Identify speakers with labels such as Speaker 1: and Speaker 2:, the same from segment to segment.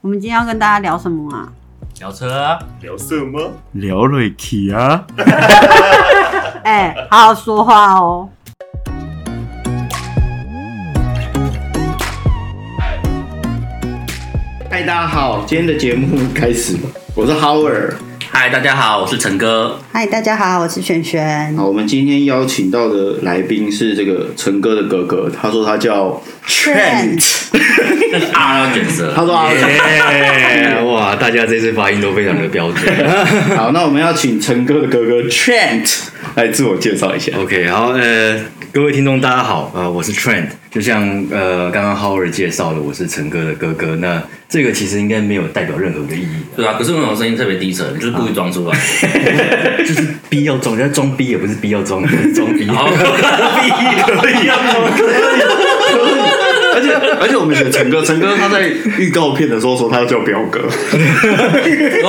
Speaker 1: 我们今天要跟大家聊什么啊？
Speaker 2: 聊车，
Speaker 3: 聊色吗？
Speaker 4: 聊瑞奇啊，
Speaker 1: 哎、好好说话哦。
Speaker 5: 嗨，大家好，今天的节目开始了，我是 Howard。
Speaker 2: 嗨，大家好，我是陈哥。
Speaker 1: 嗨，大家好，我是璇璇。
Speaker 5: 好，我们今天邀请到的来宾是这个陈哥的哥哥，他说他叫
Speaker 1: Trent
Speaker 2: 啊，要卷舌，
Speaker 5: 他说他叫
Speaker 6: 哎哇，大家这次发音都非常的标准。
Speaker 5: 好，那我们要请陈哥的哥哥 Trent 来自我介绍一下。
Speaker 6: OK，好，呃，各位听众大家好，呃，我是 Trent，就像呃刚刚 Howard 介绍的，我是陈哥的哥哥。那这个其实应该没有代表任何的意义，
Speaker 2: 对啊，可是为什么声音特别低沉？你就是故意装出 来。
Speaker 6: 就是逼要装，但装逼也不是逼要装，就是装逼。
Speaker 2: 好，
Speaker 5: 而且而且我们选陈哥，陈哥他在预告片的时候说他要叫彪 哥，
Speaker 2: 我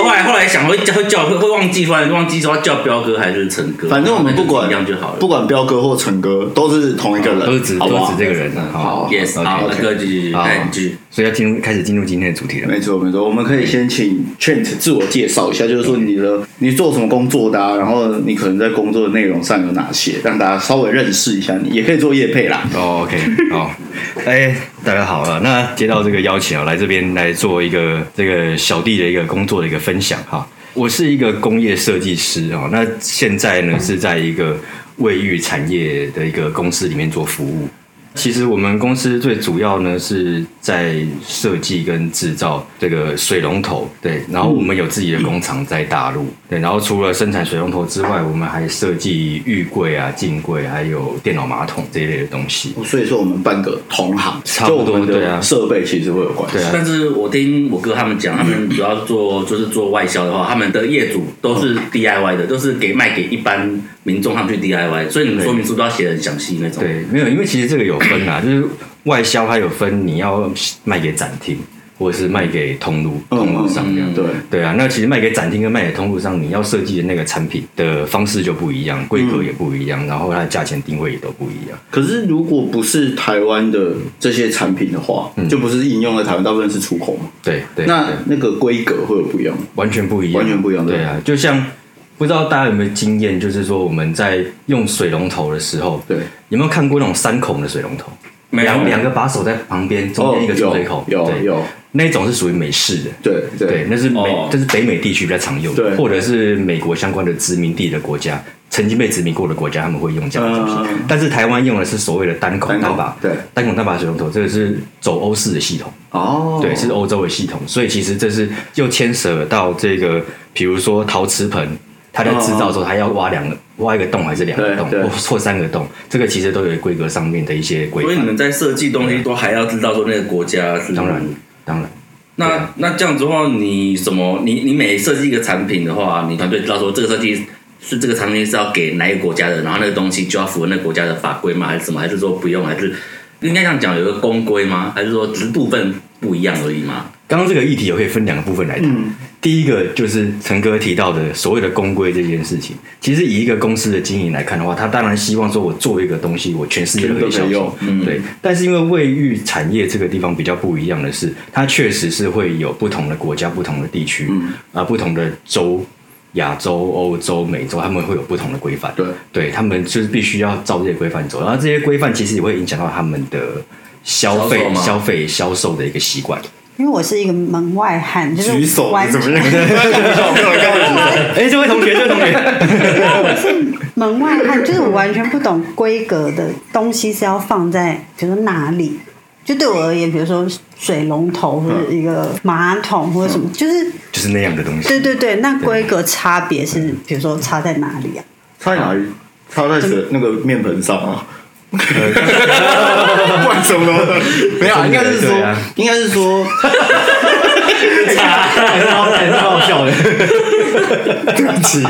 Speaker 2: 后来后来想会叫会叫会会忘记，突然忘记说叫彪哥还是陈哥，
Speaker 5: 反正我们不管
Speaker 2: 一样就好了。
Speaker 5: 不管彪哥或陈哥都是同一个人，
Speaker 6: 都是指
Speaker 5: 好不
Speaker 6: 都
Speaker 5: 好
Speaker 6: 是指？这个人，好
Speaker 2: Yes，
Speaker 6: OK
Speaker 2: 啊好，那哥继续，
Speaker 6: 好
Speaker 2: 哎，你继续。
Speaker 6: 所以要进入开始进入今天的主题了。
Speaker 5: 没错没错，我们可以先请 Trent 自我介绍一下，就是说你的你做什么工作的、啊，然后你可能在工作的内容上有哪些，让大家稍微认识一下你，也可以做业配啦。
Speaker 6: 哦、o k 好， 哎、大家好啊！那接到这个邀请啊，来这边来做一个这个小弟的一个工作的一个分享哈。我是一个工业设计师啊，那现在呢是在一个卫浴产业的一个公司里面做服务。其实我们公司最主要呢是在设计跟制造这个水龙头，对，然后我们有自己的工厂在大陆，对，然后除了生产水龙头之外，我们还设计浴柜啊、镜柜，还有电脑马桶这一类的东西。
Speaker 5: 所以说我们半个同行，
Speaker 6: 差不多
Speaker 5: 就我们
Speaker 6: 对
Speaker 5: 的
Speaker 6: 啊
Speaker 5: 设备其实会有关系。
Speaker 6: 对啊
Speaker 2: 但是我听我哥他们讲，他们主要做 就是做外销的话，他们的业主都
Speaker 6: 嗯
Speaker 2: 是 DIY 的，都是给卖给一般民众他们去 DIY，所以你们说明书都要写得很详细那种。
Speaker 6: 对，没有，因为其实这个有分 啦，就是外销它有分，你要卖给展厅，或者是卖给通路
Speaker 5: 嗯
Speaker 6: 通路上这样。
Speaker 5: 对，
Speaker 6: 对啊，那其实卖给展厅跟卖给通路上，你要设计的那个产品的方式就不一样，规格也不一
Speaker 5: 嗯
Speaker 6: 样，然后它的价钱定位也都不一样。
Speaker 5: 可是如果不是台湾的这些产品的话，就不是应用在台湾，大部分是出口嘛。
Speaker 6: 对嗯对，
Speaker 5: 那
Speaker 6: 对
Speaker 5: 那个规格会有不一样吗？
Speaker 6: 完全不一样，
Speaker 5: 完全不一样对
Speaker 6: 对啊，就像不知道大家有没有经验，就是说我们在用水龙头的时候，
Speaker 5: 对，
Speaker 6: 有没有看过那种三孔的水龙头？
Speaker 2: 没有
Speaker 6: 两两个把手在旁边，中间一个出水口，
Speaker 5: 嗯哦有有
Speaker 6: 对
Speaker 5: 有，
Speaker 6: 那种是属于美式的。
Speaker 5: 对
Speaker 6: 对，
Speaker 5: 对
Speaker 6: 那是美，
Speaker 2: 哦
Speaker 6: 这是北美地区比较常用的，
Speaker 5: 对
Speaker 6: 或者是美国相关的殖民地的国家，曾经被殖民过的国家，他们会用这样的东西。
Speaker 5: 嗯
Speaker 6: 但是台湾用的是所谓的单孔
Speaker 5: 单孔
Speaker 6: 把，
Speaker 5: 对
Speaker 6: 单孔单把水龙头，这个是走欧式的系统，
Speaker 5: 哦，
Speaker 6: 对，是欧洲的系统，所以其实这是又牵涉到这个，比如说陶瓷盆。它在制造的时候，它要挖两个挖一个洞还是两个洞，
Speaker 5: 对对
Speaker 6: 或或三个洞，这个其实都有规格上面的一些规
Speaker 2: 所以你
Speaker 6: 范。
Speaker 2: 们在设计东西都还要知道说那个国家是
Speaker 6: 当然，当然，
Speaker 2: 那、
Speaker 6: 对啊
Speaker 2: 那这样子的话，你什么？你你每设计一个产品的话，你团队知道说这个设计是这个产品是要给哪一个国家的，然后那个东西就要符合那个国家的法规吗？还是什么？还是说不用？还是应该这样讲，有一个公规吗？还是说只是部分不一样而已吗？
Speaker 6: 刚刚这个议题我可以分两个部分来谈。
Speaker 5: 嗯
Speaker 6: 第一个就是陈哥提到的所谓的公规这件事情，其实以一个公司的经营来看的话，他当然希望说我做一个东西，我全世界都可以销
Speaker 5: 全部都可以
Speaker 6: 售
Speaker 5: 用，
Speaker 2: 嗯
Speaker 6: 对。但是因为卫浴产业这个地方比较不一样的是，它确实是会有不同的国家、不同的地区、
Speaker 5: 嗯
Speaker 6: 啊、不同的州、亚洲、欧洲、美洲，他们会有不同的规范，
Speaker 5: 对
Speaker 6: 对他们就是必须要照这些规范走，然后这些规范其实也会影响到他们的消费
Speaker 2: 销售、吗
Speaker 6: 消费、销售的一个习惯。
Speaker 1: 因为我是一个门外汉，就是
Speaker 5: 举手
Speaker 1: 完
Speaker 5: 怎
Speaker 1: 全
Speaker 5: 么样？对
Speaker 6: 哎，这位同学，这位同学，
Speaker 1: 门外汉， 就是我完全不懂规格的东西是要放在，比如说哪里。就对我而言，比如说水龙头或者一个马桶或者什
Speaker 6: 嗯
Speaker 1: 么，就是
Speaker 6: 就是那样的东西。
Speaker 1: 对对对，那规格差别是，比如说差在哪里啊？
Speaker 5: 插在哪里？插在水那个面盆上啊。 不然什么？没有啊，应该是
Speaker 6: 对
Speaker 5: 说
Speaker 6: 啊，
Speaker 5: 应该是说，
Speaker 6: 还是好笑的。
Speaker 5: 对不起，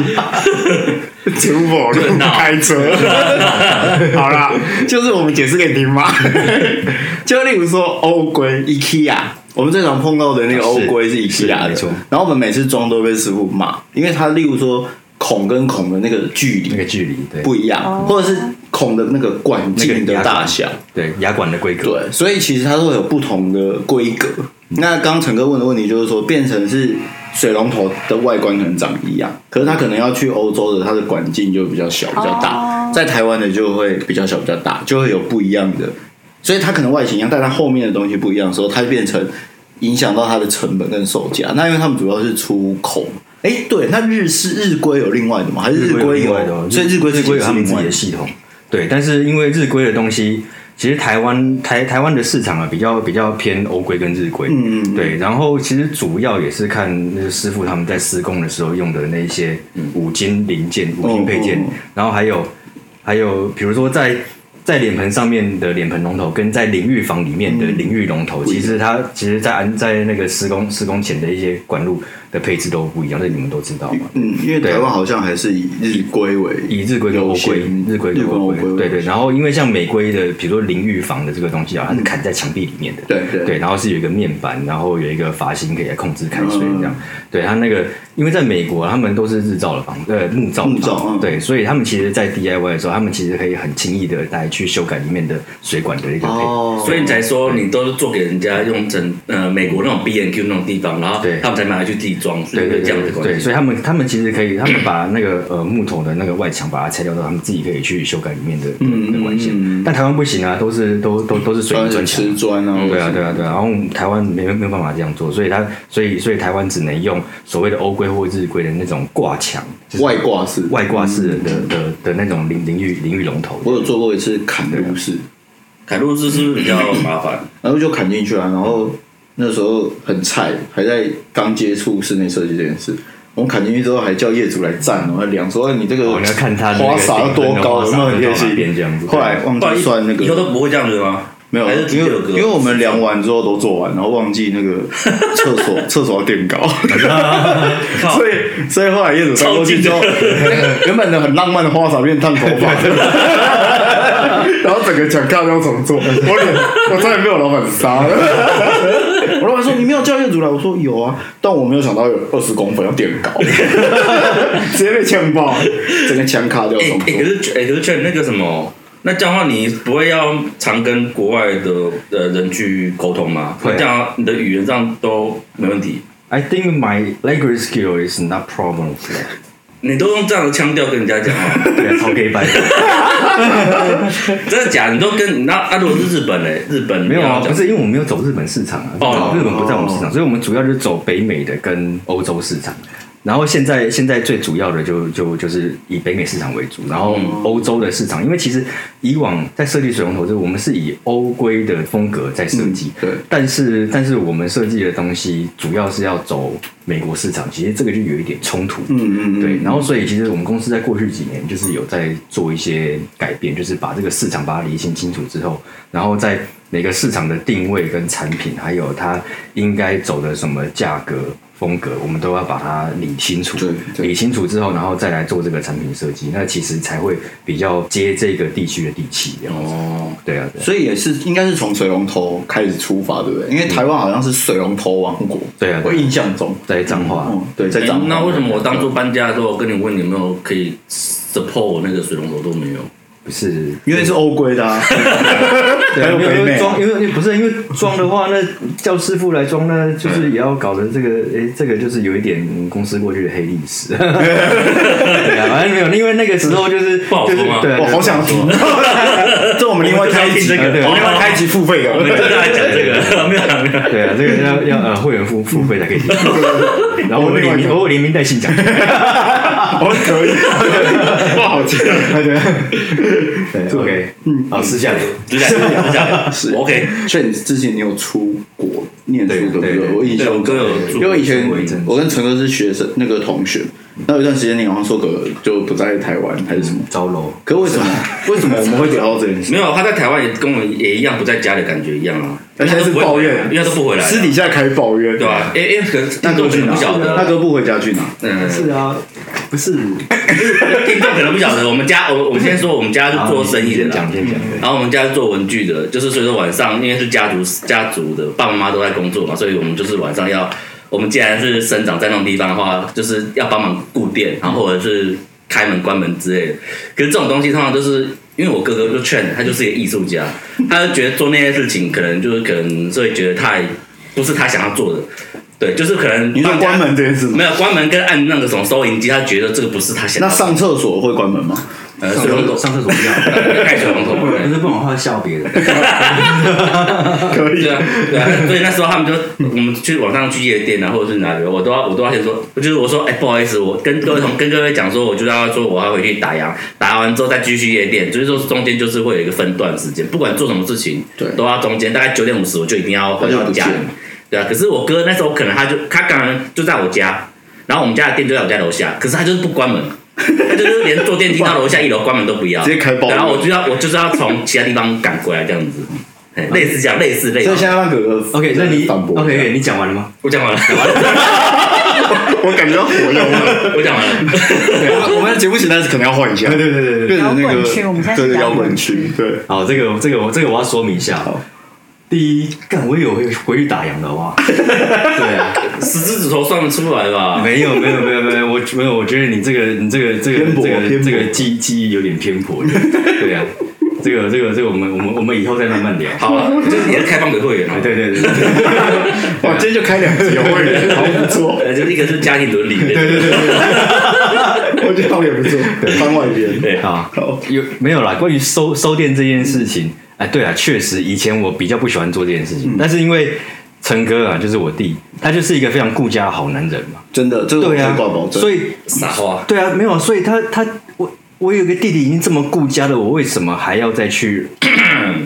Speaker 5: 全部否认
Speaker 2: 闹
Speaker 5: 开车。好啦，就是我们解释给你听嘛。就例如说欧规 IKEA，我们最常碰到的那个欧规是
Speaker 6: 是是
Speaker 5: IKEA
Speaker 6: 没
Speaker 5: 的
Speaker 6: 错，
Speaker 5: 然后我们每次装都被师傅骂，因为他例如说孔跟孔的那个距
Speaker 6: 那
Speaker 5: 离
Speaker 6: 个距离，对
Speaker 5: 不一样
Speaker 1: 哦，
Speaker 5: 或者是孔的那个管
Speaker 6: 那个
Speaker 5: 径的
Speaker 6: 牙
Speaker 5: 大
Speaker 6: 管
Speaker 5: 小。
Speaker 6: 对，牙管的规格，
Speaker 5: 对，所以其实它会有不同的规格。
Speaker 6: 嗯
Speaker 5: 那刚刚陈哥问的问题就是说，变成是水龙头的外观可能长一样，可是它可能要去欧洲的，它的管径就比较小比较大，
Speaker 7: 哦
Speaker 5: 在台湾的就会比较小比较大，就会有不一样的。所以它可能外形一样，但它后面的东西不一样的时候，它就变成影响到它的成本跟售价。那因为他们主要是出口。哎，对，那日式日规有另外的吗？还是
Speaker 6: 日
Speaker 5: 规
Speaker 6: 规有
Speaker 5: 有
Speaker 6: 另外的哦？
Speaker 5: 所以日规
Speaker 6: 日
Speaker 5: 是
Speaker 6: 规有他们
Speaker 5: 另
Speaker 6: 自
Speaker 5: 外
Speaker 6: 己的系统。对，但是因为日规的东西，其实台湾台台湾的市场啊，比较比较偏欧规跟日规。
Speaker 5: 嗯嗯嗯
Speaker 6: 对，然后其实主要也是看那个师傅他们在施工的时候用的那一些五金零件、五金配件，
Speaker 5: 哦哦哦
Speaker 6: 然后还有还有比如说在。在脸盆上面的脸盆龙头，跟在淋浴房里面的淋浴龙头，其实它其实，在安在那个施工施工前的一些管路的配置都不一样，这你们都知道嘛？
Speaker 5: 嗯，因为台湾好像还是以日规为
Speaker 6: 以日规跟欧
Speaker 5: 优
Speaker 6: 规
Speaker 5: 先，
Speaker 6: 日规跟欧
Speaker 5: 欧规
Speaker 6: 规，
Speaker 5: 为
Speaker 6: 对对。然后因为像美规的，比如说淋浴房的这个东西啊，它是砍在墙壁里面的，
Speaker 5: 对对
Speaker 6: 对，然后是有一个面板，然后有一个阀芯可以来控制开水
Speaker 5: 嗯
Speaker 6: 这样。对它那个，因为在美国他们都是日照的房，呃，木造的
Speaker 5: 木造
Speaker 6: 房
Speaker 5: 嗯
Speaker 6: 对，所以他们其实，在 DIY 的时候，他们其实可以很轻易的来去修改里面的水管的一个配置。
Speaker 5: 哦，
Speaker 2: 所以你才说你都是做给人家用成呃美国那种 B N Q 那种地方，然后
Speaker 6: 对
Speaker 2: 他们才买来去自己装，是
Speaker 6: 对
Speaker 2: 不
Speaker 6: 对
Speaker 2: 是这样
Speaker 6: 对
Speaker 2: 的
Speaker 6: 对，
Speaker 2: 关
Speaker 6: 对
Speaker 2: 系。
Speaker 6: 所以他们他们其实可以，他们把那个呃木头的那个外墙把它拆掉之后，他们自己可以去修改里面的
Speaker 5: 嗯
Speaker 6: 的管线
Speaker 5: 嗯嗯。
Speaker 6: 但台湾不行啊，都是都都都是水泥砖
Speaker 5: 砖
Speaker 6: 墙
Speaker 5: 瓷。砖啊，
Speaker 6: 对啊，对啊，对啊。然后台湾没没有办法这样做，所以它所以所以台湾只能用所谓的欧规或日规的那种挂墙，就是
Speaker 5: 外挂式，
Speaker 6: 外挂式的的的的那种淋淋浴淋浴龙头。
Speaker 5: 我有做过一次砍入式，
Speaker 2: 凯路斯是不是比较麻 烦？
Speaker 5: 然后就砍进去啊，然后那时候很菜，还在刚接触室内设计这件事。我们砍进去之后，还叫业主来站哦，还量说哎你这个
Speaker 6: 哦你要看他的那个
Speaker 5: 花洒要多
Speaker 6: 顶
Speaker 5: 高，有
Speaker 6: 分
Speaker 5: 没
Speaker 6: 的
Speaker 5: 有
Speaker 6: 花
Speaker 5: 很贴
Speaker 6: 洒到哪边这样子
Speaker 5: 心。后来忘
Speaker 2: 不然
Speaker 5: 记
Speaker 2: 以
Speaker 5: 算那
Speaker 2: 以后都
Speaker 5: 个，
Speaker 2: 不会这样子吗？
Speaker 5: 没有，
Speaker 2: 还是只
Speaker 5: 因为
Speaker 2: 有个
Speaker 5: 因为我们量完之后都做完，然后忘记 那个厕所厕所要垫高，
Speaker 2: 靠
Speaker 5: 所以所以后来业主搬过去 之后，
Speaker 2: 超近
Speaker 5: 那个原本的很浪漫的花洒变烫头发，然后整个讲尬要重做，我脸我差点被我老板杀 了。我老板说你没有叫业主来，我说有啊，但我没有想到有二十公分要垫 高，直接被呛爆，整个墙卡掉
Speaker 2: 哎
Speaker 5: 重
Speaker 2: 哎，可
Speaker 5: 做。
Speaker 2: 是哎可是劝那个什么。那这样的话，你不会要常跟国外的呃人去沟通吗？
Speaker 6: 会啊
Speaker 2: 这样你的语言上都没问题，
Speaker 6: I think my language skill is not problem.
Speaker 2: 你都用这样的腔调跟人家讲话，
Speaker 6: 对啊，超 gay 白的。
Speaker 2: 真的假的？你都跟那啊，如果是日本嘞，日本
Speaker 6: 没有啊，
Speaker 2: 你要
Speaker 6: 不
Speaker 2: 讲
Speaker 6: 是因为我们没有走日本市场啊，
Speaker 2: 哦
Speaker 6: 日本不在我们市场，所以我们主要就是走北美的跟欧洲市场。然后现在现在最主要的就就就是以北美市场为主，然后欧洲的市场，因为其实以往在设计水龙头，就是我们是以欧规的风格在设计，
Speaker 5: 嗯对
Speaker 6: 但是但是我们设计的东西主要是要走美国市场，其实这个就有一点冲突，
Speaker 5: 嗯嗯嗯，
Speaker 6: 对，然后所以其实我们公司在过去几年就是有在做一些改变，就是把这个市场把它理清清楚之后，然后在每个市场的定位跟产品，还有它应该走的什么价格风格，我们都要把它理清楚。
Speaker 5: 对对
Speaker 6: 理清楚之后，然后再来做这个产品设计，那其实才会比较接这个地区的地气。这样子
Speaker 2: 哦，
Speaker 6: 对啊，对啊
Speaker 5: 所以也是应该是从水龙头开始出发，对不对？因为台湾好像是水龙头王国，
Speaker 6: 对啊对啊啊
Speaker 5: 我印象中，
Speaker 6: 在彰化。
Speaker 5: 嗯，对，在
Speaker 2: 哎
Speaker 5: 彰化
Speaker 2: 那为什么我当初搬家的时候，我跟你问有没有可以 support 我那个水龙头都没 有？
Speaker 6: 不是，
Speaker 5: 因为是欧规的啊，
Speaker 6: 对
Speaker 5: 还
Speaker 6: 啊，
Speaker 5: 有
Speaker 6: 没
Speaker 5: 北
Speaker 6: 有因
Speaker 5: 美
Speaker 6: 为
Speaker 5: 啊
Speaker 6: 装，因为因为不是因为装的话，那叫师傅来装，那就是也要搞得这个，诶，这个就是有一点嗯公司过去的黑历史。 对啊，反正没有，因为那个时候就是
Speaker 2: 不好
Speaker 6: 就是
Speaker 2: 说吗
Speaker 6: 对啊，
Speaker 5: 我好想听，这我们另外开一集，
Speaker 2: 我们
Speaker 6: 就是要听这个
Speaker 5: 我们另外开一集付费啊
Speaker 2: 我们
Speaker 5: 的。
Speaker 2: 正在讲这个， 没有啦没 有啦。
Speaker 6: 对啊，这个要要呃会员付付费才可以听。然后我连名，我连名带姓讲。
Speaker 5: 我可以，哇，好强！
Speaker 6: 对，OK，啊
Speaker 5: 嗯
Speaker 6: 好，私下聊。
Speaker 2: 只讲只讲，
Speaker 5: 是
Speaker 2: OK。
Speaker 5: 所以你之前你有出国念书，
Speaker 6: 对
Speaker 5: 对不
Speaker 6: 对对
Speaker 5: 对？我印
Speaker 2: 对，我
Speaker 5: 象
Speaker 2: 哥
Speaker 5: 中，
Speaker 2: 有住
Speaker 5: 因为以前
Speaker 6: 我一阵子
Speaker 5: 我跟陈哥是学生，那个同学，
Speaker 2: 嗯
Speaker 5: 那有一段时间你好像说个就不在台湾还是什么？
Speaker 6: 招楼，
Speaker 5: 可为什么？
Speaker 2: 啊
Speaker 5: 为什么我们会聊到这件事？
Speaker 2: 没有，他在台湾也跟我也一样，不在家里感觉一样啊。
Speaker 5: 而且还是抱怨
Speaker 2: 因为他都不回来啊，
Speaker 5: 私底下开抱怨，
Speaker 2: 对吧？因因为可能
Speaker 5: 那
Speaker 2: 听
Speaker 5: 哥
Speaker 2: 众可
Speaker 5: 去
Speaker 2: 能
Speaker 5: 哪
Speaker 2: 不晓？
Speaker 5: 那
Speaker 2: 得，啊
Speaker 5: 哥不回家去哪？
Speaker 2: 嗯，
Speaker 6: 是啊，不是，
Speaker 2: 听众可能不晓得，我们家我我们先说我们家是做生
Speaker 5: 啊
Speaker 2: 意的
Speaker 6: 先
Speaker 2: 啦
Speaker 6: 讲，，先讲。对
Speaker 2: 然后我们家是做文具的，就是所以说晚上因为是家族家族的爸爸妈妈都在工作嘛，所以我们就是晚上要，我们既然是生长在那种地方的话，就是要帮忙顾店，然后或者是开门关门之类的。可是这种东西通常就是因为我哥哥就劝他就是一个艺术家，他就觉得做那些事情可能就是可能所以觉得太不是他想要做的。对，就是可能
Speaker 5: 你说
Speaker 2: 帮人家
Speaker 5: 关门这件事吗
Speaker 2: 没有关门跟按那个什么收银机，他觉得这个不是他想
Speaker 5: 那
Speaker 2: 要
Speaker 5: 上厕所会关门吗？
Speaker 2: 呃
Speaker 8: 上
Speaker 2: 水龙头
Speaker 8: 厕上厕所不要，
Speaker 2: 盖水龙头。
Speaker 8: 不
Speaker 2: 对
Speaker 8: 然就是不往坏笑别人。
Speaker 5: 可以
Speaker 2: 对。啊，对啊，所以那时候他们就我们去网上去夜店啊，或者是哪里，我都要我都要先说，就是我说，哎、不好意思，我跟各位同跟各位讲说，我就要说我要回去打烊，打完之后再继续夜店，就是说中间就是会有一个分段时间，不管做什么事情，
Speaker 5: 对
Speaker 2: 都要中间大概九点五十我就一定要回到家里
Speaker 5: 那就不见，
Speaker 2: 对啊，可是我哥那时候可能他就他当然就在我家，然后我们家的店就在我家楼下，可是他就是不关门。他就是连坐电梯到楼下一楼关门都不要，
Speaker 5: 直接开包
Speaker 2: 然后我就要我就是要从其他地方赶过来这样子，嘿类似这样，类似类似。
Speaker 5: 所以现在让哥哥
Speaker 8: OK，那你
Speaker 5: 反驳
Speaker 8: OK，OK，你讲 完了吗？
Speaker 2: 我讲完了，讲完了
Speaker 5: 我感觉要火 药味。
Speaker 2: 我讲完了。
Speaker 5: 啊我们的节目形态是可能要换一下，
Speaker 6: 对对对
Speaker 5: 变
Speaker 2: 啊
Speaker 5: 成那
Speaker 1: 摇
Speaker 5: 个
Speaker 1: 滚区我们现在
Speaker 5: 对
Speaker 1: 是
Speaker 5: 对
Speaker 1: 摇
Speaker 5: 摇
Speaker 1: 滚
Speaker 5: 滚区，对。
Speaker 6: 好，这个这个我这个我要说明一下
Speaker 5: 好。
Speaker 6: 第一，干我也有回回去打烊的，好不 好？对啊，
Speaker 2: 十只指头算得出来吧？
Speaker 6: 没有没有没有没有，我没有，我觉得你这个你这个这个
Speaker 5: 偏颇
Speaker 6: 这个
Speaker 5: 偏颇
Speaker 6: 这个记记忆有点偏颇， 对啊，这个这个这个我们我们我们以后再慢慢聊。
Speaker 2: 好了，就是你是开放给会员啊。
Speaker 6: 对对对对
Speaker 5: 哇，今天就开两集摇滚区，好像不错，
Speaker 2: 呃，就是一个是家庭伦理的，对对对
Speaker 5: 我觉得好像也不错，番外篇。
Speaker 2: 对，
Speaker 6: 好，
Speaker 5: 好，
Speaker 6: 有没有啦？关于收收店这件事情，哎，对啊，确实以前我比较不喜欢做这件事
Speaker 5: 嗯
Speaker 6: 情，但是因为陈哥啊，就是我弟，他就是一个非常顾家的好男人嘛，
Speaker 5: 真的，这个我
Speaker 6: 对
Speaker 5: 可以
Speaker 6: 啊
Speaker 5: 挂保，证。
Speaker 6: 所
Speaker 5: 以
Speaker 6: 以
Speaker 2: 撒花。
Speaker 6: 对啊，没有啊，所以他他我我有个弟弟已经这么顾家了，我为什么还要再 去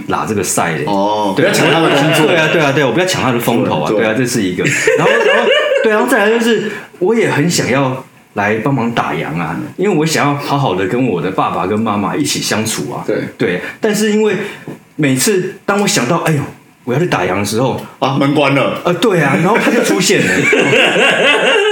Speaker 6: 拉这个赛嘞？
Speaker 5: 哦，不
Speaker 6: 对啊
Speaker 5: 要抢他的工作
Speaker 6: 对。啊，对啊，对啊，我不要抢他的风头啊，
Speaker 5: 对
Speaker 6: 对
Speaker 5: 对
Speaker 6: 啊，这是一个。然后，然后，对啊，然后再来就是，我也很想要来帮忙打烊啊，因为我想要好好的跟我的爸爸跟妈妈一起相处啊。
Speaker 5: 对
Speaker 6: 对，但是因为每次当我想到，哎呦，我要去打烊的时候，
Speaker 5: 啊，门关了，
Speaker 6: 呃，对啊，然后他就出现了。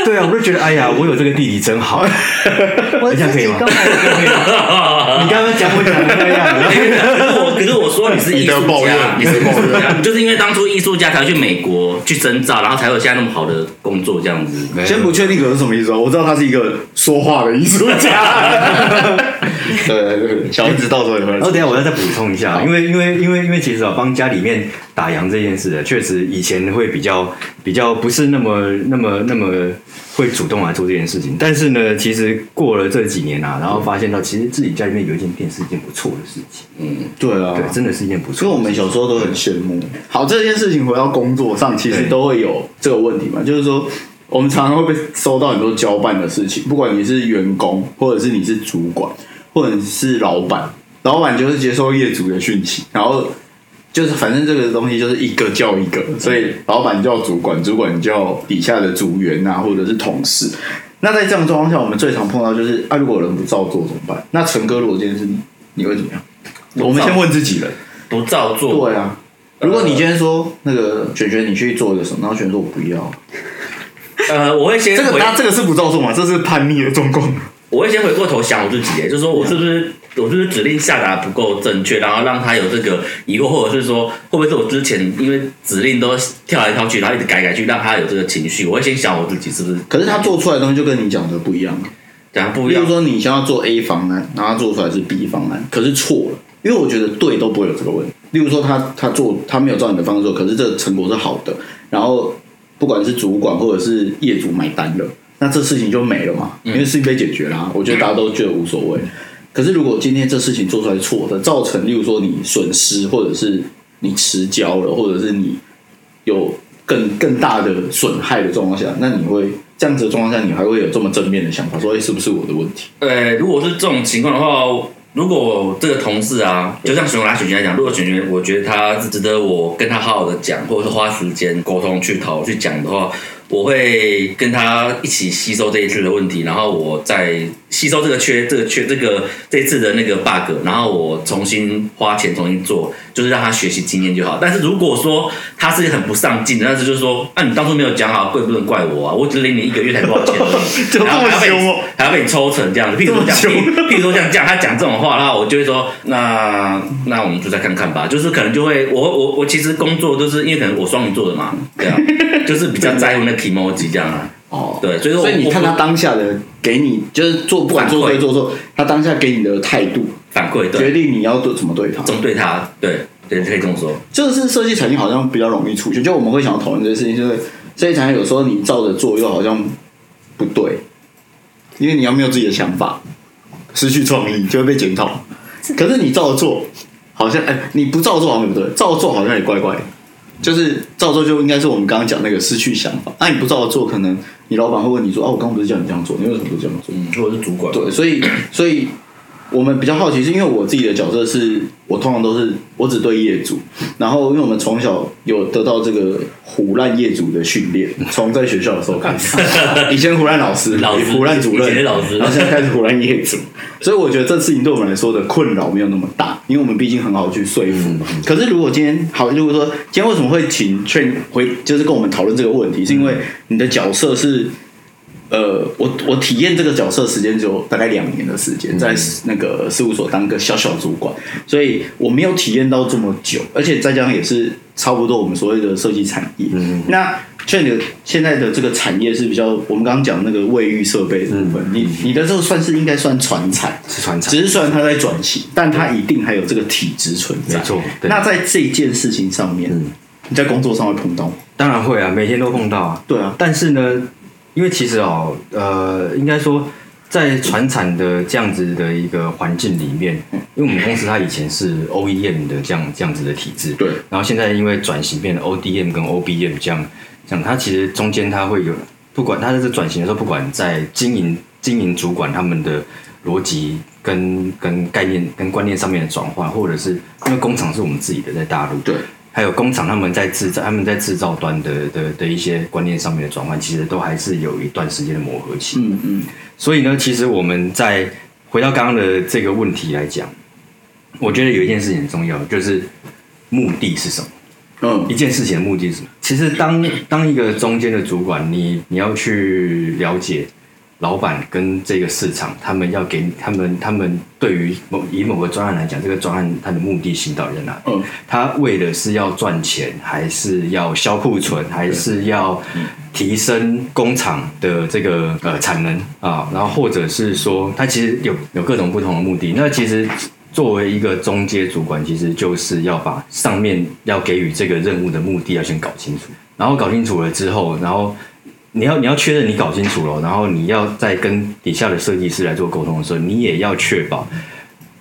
Speaker 6: 对啊，我就觉得，哎呀，我有这个弟弟真好。
Speaker 1: 我
Speaker 6: 哎这样
Speaker 1: 自
Speaker 6: 可以
Speaker 1: 己
Speaker 6: 吗
Speaker 1: 跟我
Speaker 6: 你刚刚讲我讲的那样，
Speaker 2: 可是我 说你是艺
Speaker 5: 你的抱
Speaker 2: 术家，
Speaker 5: 怨
Speaker 2: 你是艺术家，你 就是因为当初艺术家才会去美国去深造，然后才会有现在那么好的工作这样子。
Speaker 5: 先不确定可是什么意思哦，我知道他是一个说话的艺术家。 对对对，小子到时候也会来
Speaker 6: 然后等一下我要再补充一下，因为因为因为因为其实啊，帮家里面打烊这件事，确实以前会比较比较不是那么那么那么会主动来做这件事情。但是呢，其实过了这几年啊，然后发现到其实自己家里面有一间店是一件不错的事情，
Speaker 5: 对啊，
Speaker 6: 对，真的是一件不
Speaker 5: 所以
Speaker 6: 错
Speaker 5: 我
Speaker 6: 的事
Speaker 5: 们
Speaker 6: 情。
Speaker 5: 小时候都很羡慕。好，这件事情回到工作上，其实
Speaker 6: 对
Speaker 5: 都会有这个问题嘛，就是说。我们常常会被收到很多交办的事情，不管你是员工，或者是你是主管，或者是老板，老板就是接收业主的讯息，然后就是反正这个东西就是一个叫一个，所以老板叫主管，主管叫底下的组员啊，或者是同事。那在这样的状况下，我们最常碰到就是啊，如果有人不照做怎么办？那陈哥，如果今天是你，你会怎么样？我们先问自己人。
Speaker 2: 不照做，
Speaker 5: 对啊，如果你今天说那个卷卷，你去做一个什么，然后卷卷说我不要，
Speaker 2: 呃，我会先
Speaker 5: 这个
Speaker 2: 回
Speaker 5: 他这个是不照做嘛？这是叛逆的状况。
Speaker 2: 我会先回过头想我自己，欸就是说我是不是我是不是指令下达不够正确，然后让他有这个疑惑，或者是说会不会是我之前因为指令都跳来跳去，然后一直改改去，让他有这个情绪。我会先想我自己是不是，
Speaker 5: 可是他做出来的东西就跟你讲的不一样。啊
Speaker 2: 讲不一
Speaker 5: 比如
Speaker 2: 样。
Speaker 5: 说你想要做 A 方案，然后他做出来是 B 方案，可是错了，因为我觉得对都不会有这个问题。例如说他他做他没有照你的方式做，可是这个成果是好的，然后不管是主管或者是业主买单了，那这事情就没了嘛，
Speaker 2: 嗯
Speaker 5: 因为事情被解决啦、我觉得大家都觉得无所谓。可是如果今天这事情做出来是错的，造成例如说你损失，或者是你迟交了，或者是你有更更大的损害的状况下，那你会这样子的状况下，你还会有这么正面的想法，说哎、是不是我的问题？
Speaker 2: 呃，如果是这种情况的话，如果这个同事啊，就像熊拿选群来讲，如果选群我觉得他是值得我跟他好好的讲，或者是花时间沟通去讨去讲的话，我会跟他一起吸收这一次的问题，然后我再吸收这个缺、这个缺、这个这一次的那个 bug，然后我重新花钱重新做，就是让他学习经验就好。但是如果说他是很不上进的，但是就是说，啊，你当初没有讲好，怪不能怪我啊，我只领你一个月才多少钱而已，
Speaker 5: 怎么
Speaker 2: 然后
Speaker 5: 这么
Speaker 2: 还要被
Speaker 5: 凶哦
Speaker 2: 还要被你抽成这样子。譬如说这样，
Speaker 5: 这么
Speaker 2: 譬如譬如说像这样，他讲这种话，然后我就会说，那那我们就再看看吧。就是可能就会，我我我其实工作都是因为可能我双鱼座的嘛，对啊，就是比较在乎那 emoji 这样啊。
Speaker 5: 哦，
Speaker 2: 对，所以说我
Speaker 5: 所以你看他
Speaker 2: 我
Speaker 5: 当下的给你就是做不管做对做错，他当下给你的态度
Speaker 2: 反馈对
Speaker 5: 决定你要对怎么对他。
Speaker 2: 怎么对他，对对，可以这么说。
Speaker 5: 这个是设计产业好像比较容易出现，就我们会想要讨论这件事情，就是设计产业有时候你照着做又好像不对，因为你要没有自己的想法，失去创意就会被检讨。可是你照着做，好像哎、你不照做好像不对，照做好像也怪怪的。就是照做就应该是我们刚刚讲那个失去想法，那、你不照做，可能你老板会问你说：“啊，我刚刚不是叫你这样做，你为什么不这样做？”
Speaker 2: 嗯，或者是主管，
Speaker 5: 对，所以所以我们比较好奇，是因为我自己的角色是我通常都是我只对业主，然后因为我们从小有得到这个虎烂业主的训练，从在学校的时候 开始，以前虎烂老师，
Speaker 2: 老师
Speaker 5: 虎烂主
Speaker 2: 以前
Speaker 5: 任，
Speaker 2: 的老师
Speaker 5: 然后现在开始虎烂业主，所以我觉得这事情对我们来说的困扰没有那么大，因为我们毕竟很好去说服。
Speaker 2: 嗯
Speaker 5: 可是如果今天好，如果说今天为什么会请 Train 回，就是跟我们讨论这个问题，是因
Speaker 2: 嗯
Speaker 5: 为你的角色是。呃，我我体验这个角色时间只有大概两年的时间，在那个事务所当个小小主管，所以我没有体验到这么久，而且再加上也是差不多我们所谓的设计产业。那劝你现在的这个产业是比较，我们刚刚讲那个卫浴设备的部分，你你的这个算是应该算传产，
Speaker 3: 是船厂，
Speaker 5: 只是虽然它在转型，但它一定还有这个体制存在。
Speaker 6: 没错对
Speaker 5: 那在这件事情上面，你在工作上会碰到吗？
Speaker 6: 当然会啊，每天都碰到啊。
Speaker 5: 对啊，
Speaker 6: 但是呢，因为其实哦，呃，应该说在船产的这样子的一个环境里面，因为我们公司它以前是 OEM 的这样这样子的体制，
Speaker 5: 对，
Speaker 6: 然后现在因为转型变成 ODM 跟 OBM 这样这样，它其实中间它会有，不管它在这转型的时候，不管在经营经营主管他们的逻辑跟跟概念跟观念上面的转换，或者是因为工厂是我们自己的在大陆，
Speaker 5: 对，
Speaker 6: 还有工厂他们在制造他们在制造端的的的一些观念上面的转换，其实都还是有一段时间的磨合期。
Speaker 5: 嗯嗯，
Speaker 6: 所以呢，其实我们在回到刚刚的这个问题来讲，我觉得有一件事情很重要，就是目的是什么。
Speaker 5: 嗯
Speaker 6: 一件事情的目的是什么？其实当当一个中间的主管，你你要去了解老板跟这个市场，他们要给你他们他们对于某以某个专案来讲，这个专案它的目的性到底在哪里？
Speaker 5: 嗯，
Speaker 6: 他为的是要赚钱，还是要销库存，还是要提升工厂的这个呃产能啊？然后或者是说，他其实有有各种不同的目的。那其实作为一个中介主管，其实就是要把上面要给予这个任务的目的要先搞清楚，然后搞清楚了之后，然后你要你要确认你搞清楚了，然后你要再跟底下的设计师来做沟通的时候，你也要确保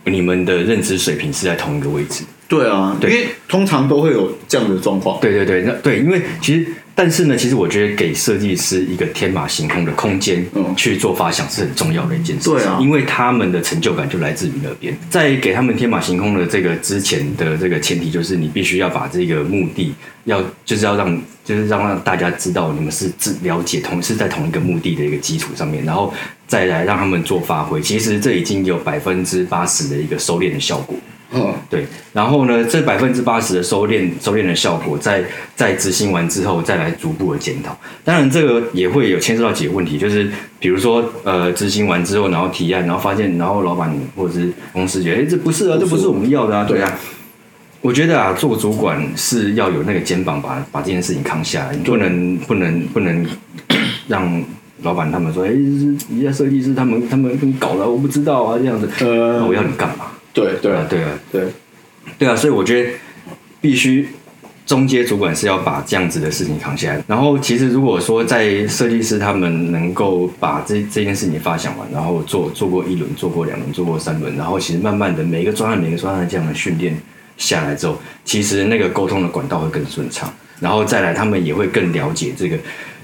Speaker 6: 你们的认知水平是在同一个位置。
Speaker 5: 对啊，
Speaker 6: 对
Speaker 5: 因为通常都会有这样的状况。
Speaker 6: 对对对，那对，因为其实，但是呢，其实我觉得给设计师一个天马行空的空间
Speaker 5: 嗯
Speaker 6: 去做发想是很重要的一件事情。
Speaker 5: 对啊
Speaker 6: 因为他们的成就感就来自于那边。在给他们天马行空的这个之前的这个前提，就是你必须要把这个目的要就是要让就是让让大家知道你们是自了解同是在同一个目的的一个基础上面，然后再来让他们做发挥。其实这已经有百分之八十的一个收敛的效果。
Speaker 5: 嗯，
Speaker 6: 对，然后呢，这百分之八十的收敛收敛的效果在，在执行完之后，再来逐步的检讨。当然，这个也会有牵涉到几个问题，就是比如说，呃，执行完之后，然后提案，然后发现，然后老板或者是公司觉得，哎，这不是啊，这不是我们要的啊，对啊。我觉得啊，做主管是要有那个肩膀把把这件事情扛下来，你不能不能不能让老板他们说，哎，人家设计师他们他们搞的，我不知道啊，这样子，
Speaker 5: 呃
Speaker 6: 那我要你干嘛？
Speaker 5: 对
Speaker 6: 对
Speaker 5: 对
Speaker 6: 啊，对啊，
Speaker 5: 对，
Speaker 6: 对啊，所以我觉得必须中阶主管是要把这样子的事情扛下来。然后，其实如果说在设计师他们能够把这这件事情发想完，然后做做过一轮，做过两轮，做过三轮，然后其实慢慢的每一个专案每一个专案这样的训练下来之后，其实那个沟通的管道会更顺畅，然后再来他们也会更了解这个。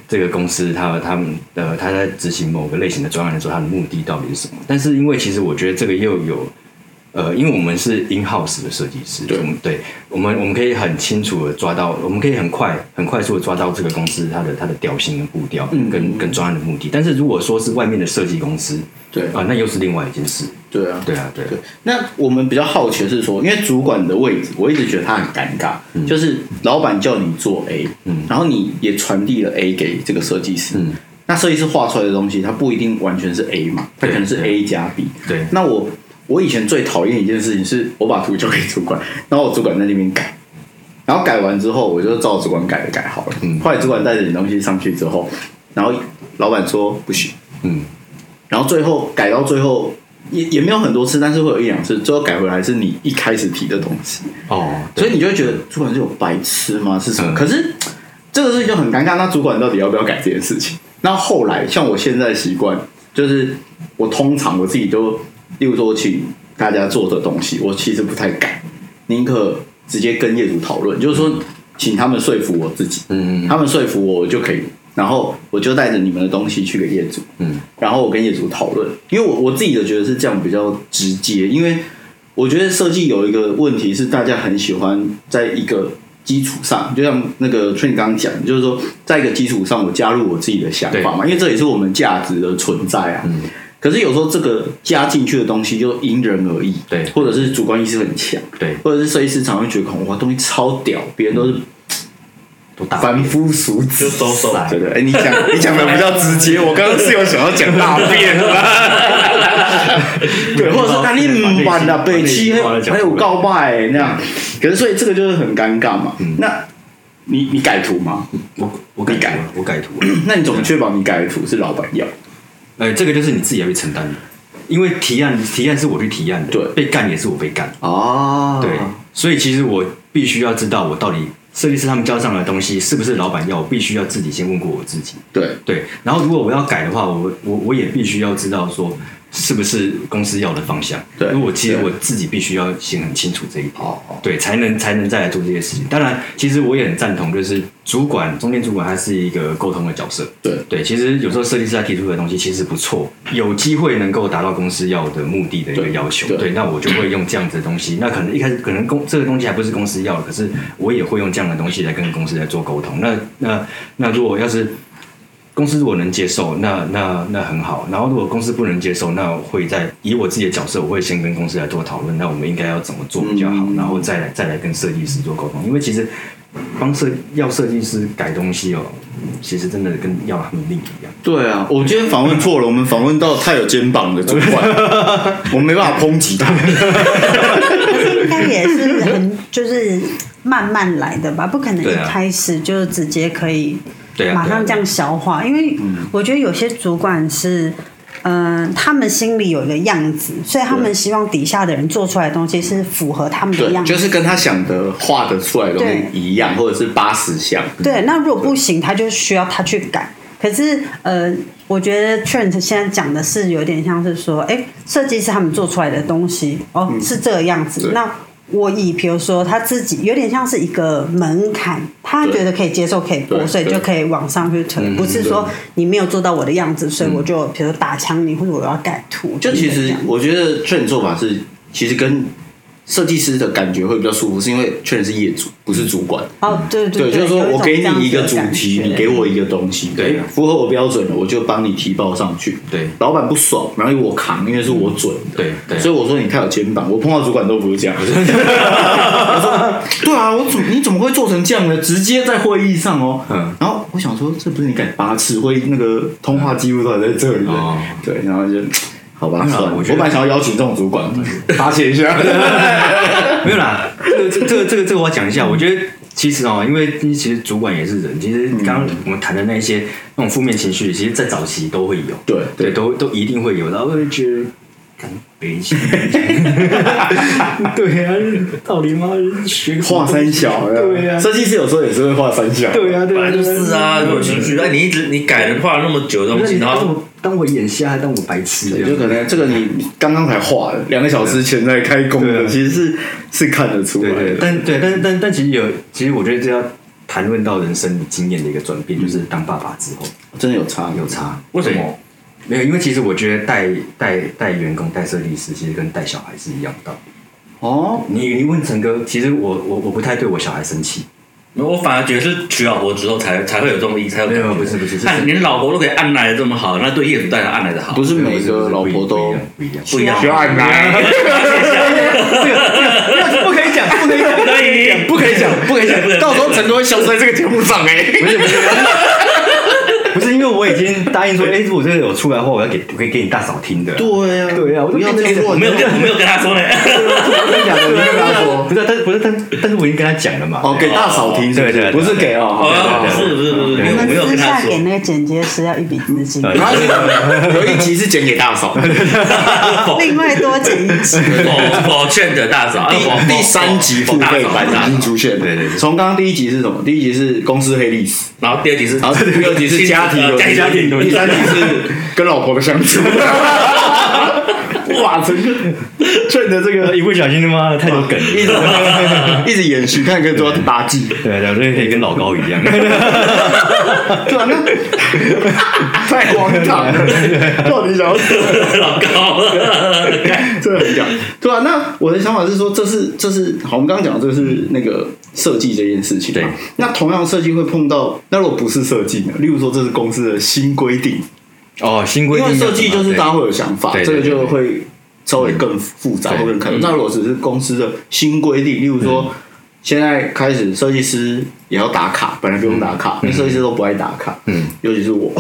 Speaker 6: 这个公司它他们呃，他在执行某个类型的专案的时候，它的目的到底是什么？但是因为其实我觉得这个又有呃，因为我们是 in house 的设计师，
Speaker 5: 对
Speaker 6: 我们对我们我们可以很清楚的抓到，我们可以很快很快速的抓到这个公司它的它的调性跟步调，
Speaker 5: 嗯
Speaker 6: 跟跟专案的目的。但是如果说是外面的设计公司，
Speaker 5: 对
Speaker 6: 啊、那又是另外一件事。
Speaker 5: 对啊，
Speaker 6: 对啊，对啊
Speaker 5: 对。那我们比较好奇的是说，因为主管的位置，我一直觉得他很尴尬，就是老板叫你做 A，
Speaker 6: 嗯
Speaker 5: 然后你也传递了 A 给这个设计师，
Speaker 6: 嗯
Speaker 5: 那设计师画出来的东西，它不一定完全是 A 嘛，它
Speaker 6: 对
Speaker 5: 可能是
Speaker 6: 对
Speaker 5: A 加 B。
Speaker 6: 对
Speaker 5: 那我我以前最讨厌一件事情是，我把图交给主管， 然后我主管在那边改，然后改完之后，我就照主管改的改好了。
Speaker 6: 嗯
Speaker 5: 后来主管带着你东西上去之后，然后老板说不行，
Speaker 6: 嗯，
Speaker 5: 然后最后改到最后，也也没有很多次，但是会有一两次，最后改回来是你一开始提的东西，
Speaker 6: 哦，
Speaker 5: 所以你就会觉得主管是有白痴吗？是什么？
Speaker 6: 嗯
Speaker 5: 可是这个事情就很尴尬，那主管到底要不要改这件事情？那后来像我现在的习惯，就是我通常我自己都，例如说我请大家做的东西，我其实不太改，宁可直接跟业主讨论，就是说请他们说服我自己，
Speaker 6: 嗯
Speaker 5: 他们说服我，我就可以，然后我就带着你们的东西去给业主，
Speaker 6: 嗯，
Speaker 5: 然后我跟业主讨论，因为我我自己的觉得是这样比较直接，因为我觉得设计有一个问题是大家很喜欢在一个基础上，就像那个 Train 刚刚讲，就是说在一个基础上我加入我自己的想法嘛，因为这也是我们价值的存在啊，
Speaker 6: 嗯
Speaker 5: 可是有时候这个加进去的东西就因人而异，
Speaker 6: 对
Speaker 5: 或者是主观意识很强，
Speaker 6: 对，
Speaker 5: 或者是设计师常会觉得哇，东西超屌，别人都
Speaker 6: 嗯
Speaker 5: 是
Speaker 6: 都大
Speaker 5: 凡夫俗子，
Speaker 2: 就收手
Speaker 5: 对对，哎，你讲你讲的比较直接，我刚刚是有想要讲大便对，或者是干你唔办啦，北七还有告白那样，可是所以这个就是很尴尬嘛。那你你改图吗？
Speaker 6: 我我改图了，我改图了。
Speaker 5: 那你怎么确保你改的图是老板要？
Speaker 6: 呃，这个就是你自己要去承担的，因为提案提案是我去提案的，
Speaker 5: 对
Speaker 6: 被干也是我被干，
Speaker 5: 哦
Speaker 6: 对，所以其实我必须要知道我到底设计师他们交上来的东西是不是老板要，我必须要自己先问过我自己，
Speaker 5: 对
Speaker 6: 对，然后如果我要改的话，我我我也必须要知道说是不是公司要的方向，
Speaker 5: 对
Speaker 6: 因为我其实
Speaker 5: 对
Speaker 6: 我自己必须要先很清楚这一点，
Speaker 5: 哦哦
Speaker 6: 对，才能才能再来做这些事情。当然，其实我也很赞同，就是主管中间主管他是一个沟通的角色，
Speaker 5: 对
Speaker 6: 对，其实有时候设计师他提出的东西其实不错，有机会能够达到公司要的目的的一个
Speaker 5: 对
Speaker 6: 要求。
Speaker 5: 对
Speaker 6: 对，那我就会用这样子的东西。那可能一开始可能公这个东西还不是公司要的，可是我也会用这样的东西来跟公司来做沟通。那那那如果要是公司如果能接受，那那那很好。然后如果公司不能接受，那会在以我自己的角色，我会先跟公司来做讨论，那我们应该要怎么做比较好，
Speaker 5: 嗯
Speaker 6: 然后再来再来跟设计师做沟通。因为其实帮设要设计师改东西哦，其实真的跟要他们命一样。
Speaker 5: 对啊！我今天访问错了，我们访问到太有肩膀的主 管，我们没办法抨击他。
Speaker 1: 应该也是很就是慢慢来的吧，不可能
Speaker 6: 对
Speaker 1: 一
Speaker 6: 啊
Speaker 1: 开始就直接可以
Speaker 6: 对啊，嗯
Speaker 1: 马上这样消化，因为我觉得有些主管是。嗯，他们心里有一个样子，所以他们希望底下的人做出来的东西是符合他们的
Speaker 5: 对，
Speaker 1: 样子。
Speaker 5: 就是跟他想的画的出来的东西
Speaker 1: 对
Speaker 5: 一样，或者是八十像。
Speaker 1: 对，那如果不行，他就需要他去改。可是，呃，我觉得 Trent 现在讲的是有点像是说，哎，设计师他们做出来的东西，哦，是这个样子
Speaker 5: 嗯对。
Speaker 1: 那我以比如说他自己有点像是一个门槛，他
Speaker 5: 对
Speaker 1: 觉得可以接受，可以过，
Speaker 5: 对
Speaker 1: 所以
Speaker 5: 对嗯
Speaker 1: 就可以往上去推，不是说你没有做到我的样子，所以我就比如说打枪你，或者我要改图。
Speaker 5: 就嗯其实我觉得劝做法是，其实跟设计师的感觉会比较舒服，是因为劝是业主，不是主管。
Speaker 1: 哦，对对，
Speaker 5: 就是说
Speaker 1: 有一
Speaker 5: 我
Speaker 1: 种
Speaker 5: 给
Speaker 1: 这样
Speaker 5: 你一个
Speaker 1: 子
Speaker 5: 主
Speaker 1: 的感
Speaker 5: 题，
Speaker 1: 觉
Speaker 5: 你给我一个东西，
Speaker 6: 对
Speaker 5: 哎符合我标准的，我就帮你提报上去。
Speaker 6: 对
Speaker 5: 老板不爽，然后我扛，因为是我准的。
Speaker 6: 对对
Speaker 5: 所以我说你太有肩膀，我碰到主管都不会 这样。我说对啊，我怎么你怎么会做成这样呢？直接在会议上哦。
Speaker 6: 嗯
Speaker 5: 然后我想说，这不是你改八次会议那个通话记录都还在这里
Speaker 6: 哦
Speaker 5: 对，然后就好吧，
Speaker 6: 没有啊
Speaker 5: 算了。
Speaker 6: 我
Speaker 5: 我
Speaker 6: 觉得嗯
Speaker 5: 本来想要邀请这种主管发泄 一下。
Speaker 6: 没有啦，这个这个这个这个这个我要讲一下。我觉得其实哦，因为其实主管也是人，其实刚刚我们谈的那一些那种负面情绪，其实在早期都会有，
Speaker 5: 对
Speaker 6: 对，都都一定会有，然后会觉得。干北京，对啊，到底妈学个什么
Speaker 5: 画三小，
Speaker 6: 对啊
Speaker 5: 设计师有时候也是会画三小，
Speaker 6: 对啊，对
Speaker 2: 本
Speaker 6: 啊，
Speaker 2: 来就是啊，有情绪，那你一直你改了画了那么久的
Speaker 6: 那
Speaker 2: 东西，
Speaker 6: 你
Speaker 2: 然
Speaker 6: 当
Speaker 2: 后
Speaker 6: 我当我眼瞎，还当我白痴
Speaker 5: 对，就可能这个你刚刚才画的，两个小时前才开工
Speaker 6: 对
Speaker 5: 的，
Speaker 6: 啊
Speaker 5: 其实是是看得出来
Speaker 6: 对对，
Speaker 5: 的。
Speaker 6: 但对，但但但其实有，其实我觉得这要谈论到人生经验的一个转
Speaker 5: 嗯
Speaker 6: 变，就是当爸爸之后
Speaker 5: 真的有差，
Speaker 6: 有差。
Speaker 2: 为什么？
Speaker 6: 没有，因为其实我觉得带带带员工、带设计师，其实跟带小孩是一样的道理。
Speaker 5: 哦，
Speaker 6: 你你问陈哥，其实我我我不太对我小孩生气，
Speaker 2: 我反而觉得是娶老婆之后才才会有这种意，才有
Speaker 6: 没
Speaker 2: 感
Speaker 6: 有
Speaker 2: 觉
Speaker 6: 不是不是，
Speaker 2: 那连老婆都可以按来的这么好，那对业主当然按来的好，
Speaker 5: 不
Speaker 2: 是
Speaker 5: 是每个老婆都
Speaker 6: 不一样，
Speaker 2: 不一样
Speaker 5: 需。要按奶，
Speaker 6: 不可以讲，不可以讲，
Speaker 2: 可以，
Speaker 5: 不可以讲，不可以
Speaker 2: 不能
Speaker 5: 欸讲，到时候陈哥会消失在这个节目上哎。
Speaker 6: 不是不是，不是因为我已经答应说，哎、如果这个有出来的话，我要给我可以给你大嫂听的。
Speaker 5: 对呀、
Speaker 6: 对啊我就
Speaker 5: 不要
Speaker 6: 变
Speaker 5: 再
Speaker 6: 成
Speaker 5: 说
Speaker 2: 我没有跟我没有跟他说呢，
Speaker 6: 啊真的假的？
Speaker 5: 你跟他 说
Speaker 6: 不是啊，但不是但但是我已经跟他讲了嘛。
Speaker 5: 哦，给大嫂听是不
Speaker 6: 对对对
Speaker 5: 是？不是给哦，好
Speaker 2: 哦，不是不是不是，没
Speaker 1: 我
Speaker 2: 有
Speaker 1: 们
Speaker 2: 没有
Speaker 1: 私
Speaker 2: 跟他
Speaker 1: 下
Speaker 2: 说
Speaker 1: 给，那个剪接师要一笔资金，
Speaker 6: 对
Speaker 5: 然后有一集是剪给大嫂，
Speaker 1: 另外多剪一集。
Speaker 2: 否否劝的大嫂，啊否否
Speaker 5: 第第三集
Speaker 2: 否
Speaker 5: 付
Speaker 2: 大
Speaker 5: 费
Speaker 2: 嫂
Speaker 5: 版
Speaker 2: 大
Speaker 5: 已经
Speaker 2: 嫂，
Speaker 5: 出现了。
Speaker 6: 对对对
Speaker 5: 从刚刚第一集是什么？第一集是公司黑历史，
Speaker 2: 然后第二集是，
Speaker 5: 然后第二集是家庭
Speaker 2: 呃
Speaker 5: 伦理，
Speaker 2: 家庭伦
Speaker 5: 第
Speaker 2: 理，
Speaker 5: 三集是跟老婆的相处。 哇，整个 趁着这个
Speaker 6: 一不小心他妈的太多梗了。
Speaker 5: 一直 一直延续，看跟多八季。
Speaker 6: 对啊，对啊，所以可以跟老高一 样。
Speaker 5: 对啊， 那太荒唐了，到底想要？
Speaker 2: 老高，
Speaker 5: 真的很屌，对啊。那我的想法是说，这是这是好，我们刚刚讲的就是那个设计这件事情嘛。
Speaker 6: 对
Speaker 5: 那同样设计会碰到，那如果不是设计呢？例如说，这是公司的新规定，
Speaker 6: 哦，新规
Speaker 5: 因
Speaker 6: 定
Speaker 5: 为
Speaker 6: 要
Speaker 5: 设计
Speaker 6: 怎么
Speaker 5: 就是
Speaker 6: 对
Speaker 5: 大家会有想法，
Speaker 6: 对
Speaker 5: 这
Speaker 6: 对
Speaker 5: 个就
Speaker 6: 对
Speaker 5: 会稍微更复杂
Speaker 6: 对嗯
Speaker 5: 或更看。那如果只是公司的新规定，例如说现在开始设计师也要打卡，本来不用打卡，因为设计师都不爱打卡，
Speaker 6: 嗯，
Speaker 5: 尤其 是我。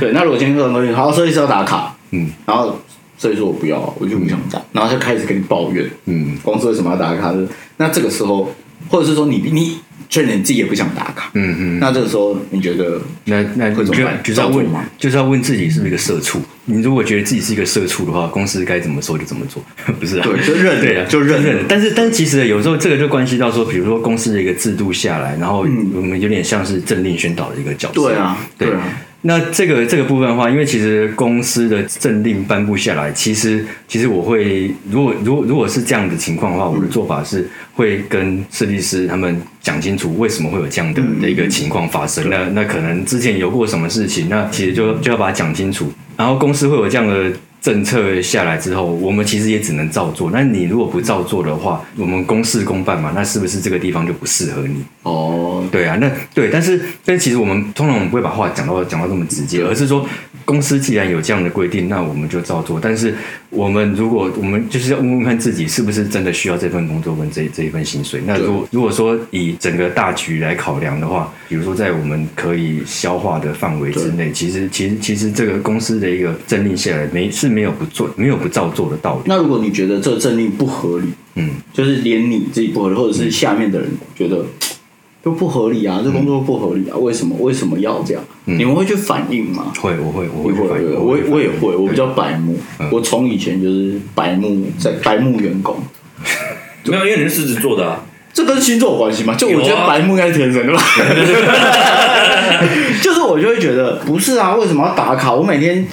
Speaker 5: 对，那如果今天客人规定，好，设计师要打卡，
Speaker 6: 嗯，
Speaker 5: 然后设计师我不要，我就不想打，然后就开始跟你抱怨，
Speaker 6: 嗯
Speaker 5: 公司为什么要打卡？那这个时候，或者是说你你确认你自己也不想打卡，
Speaker 6: 嗯嗯，
Speaker 5: 那这个时候你觉得
Speaker 6: 那那你
Speaker 5: 会
Speaker 6: 就
Speaker 5: 怎么办
Speaker 6: 就是要
Speaker 5: 照做
Speaker 6: 问
Speaker 5: 吗，
Speaker 6: 就是要问自己是不是一个社畜。你如果觉得自己是一个社畜的话，公司该怎么说就怎么做， 不是、啊？
Speaker 5: 对就认了
Speaker 6: 对啊，
Speaker 5: 就认了
Speaker 6: 了。但是，但是其实有时候这个就关系到说，比如说公司的一个制度下来，然后
Speaker 5: 嗯
Speaker 6: 我们有点像是政令宣导的一个角色。
Speaker 5: 对啊，
Speaker 6: 对
Speaker 5: 对啊。
Speaker 6: 那这个这个部分的话，因为其实公司的政令颁布下来，其实其实我会，如果如果如果是这样的情况的话，我的做法是会跟设计师他们讲清楚为什么会有这样的的一个情况发生。那那可能之前有过什么事情，那其实就就要把它讲清楚。然后公司会有这样的政策下来之后，我们其实也只能照做。那你如果不照做的话，我们公事公办嘛，那是不是这个地方就不适合你？
Speaker 5: 哦，
Speaker 6: 对啊，那对，但是但其实我们通常我们不会把话讲到讲到这么直接，而是说公司既然有这样的规定，那我们就照做。但是我们如果我们就是要问问看自己是不是真的需要这份工作跟这这一份薪水。那如果如果说以整个大局来考量的话，比如说在我们可以消化的范围之内，其实其实其实这个公司的一个政令下来没是没有不做没有不照做的道理。
Speaker 5: 那如果你觉得这个政令不合理，
Speaker 6: 嗯，
Speaker 5: 就是连你自己不合理，或者是下面的人觉得都不合理啊，这工作不合理
Speaker 6: 嗯
Speaker 5: 啊，为什么为什么要这样？你们会去反应吗？
Speaker 6: 会，我会，嗯我会
Speaker 5: 你
Speaker 6: 去反
Speaker 5: 会，
Speaker 6: 映，
Speaker 5: 我
Speaker 6: 去
Speaker 5: 我
Speaker 6: 反
Speaker 5: 也
Speaker 6: 映嗯
Speaker 5: 会，我比较白目，我从以前就是白目，在白目员工，
Speaker 2: 没有，因为你是狮子座的啊，
Speaker 5: 这跟星座有关系吗？就我觉
Speaker 2: 有啊
Speaker 5: 得白目应该是天 生的吧，就是我就会觉得不是啊，为什么要打卡？我每天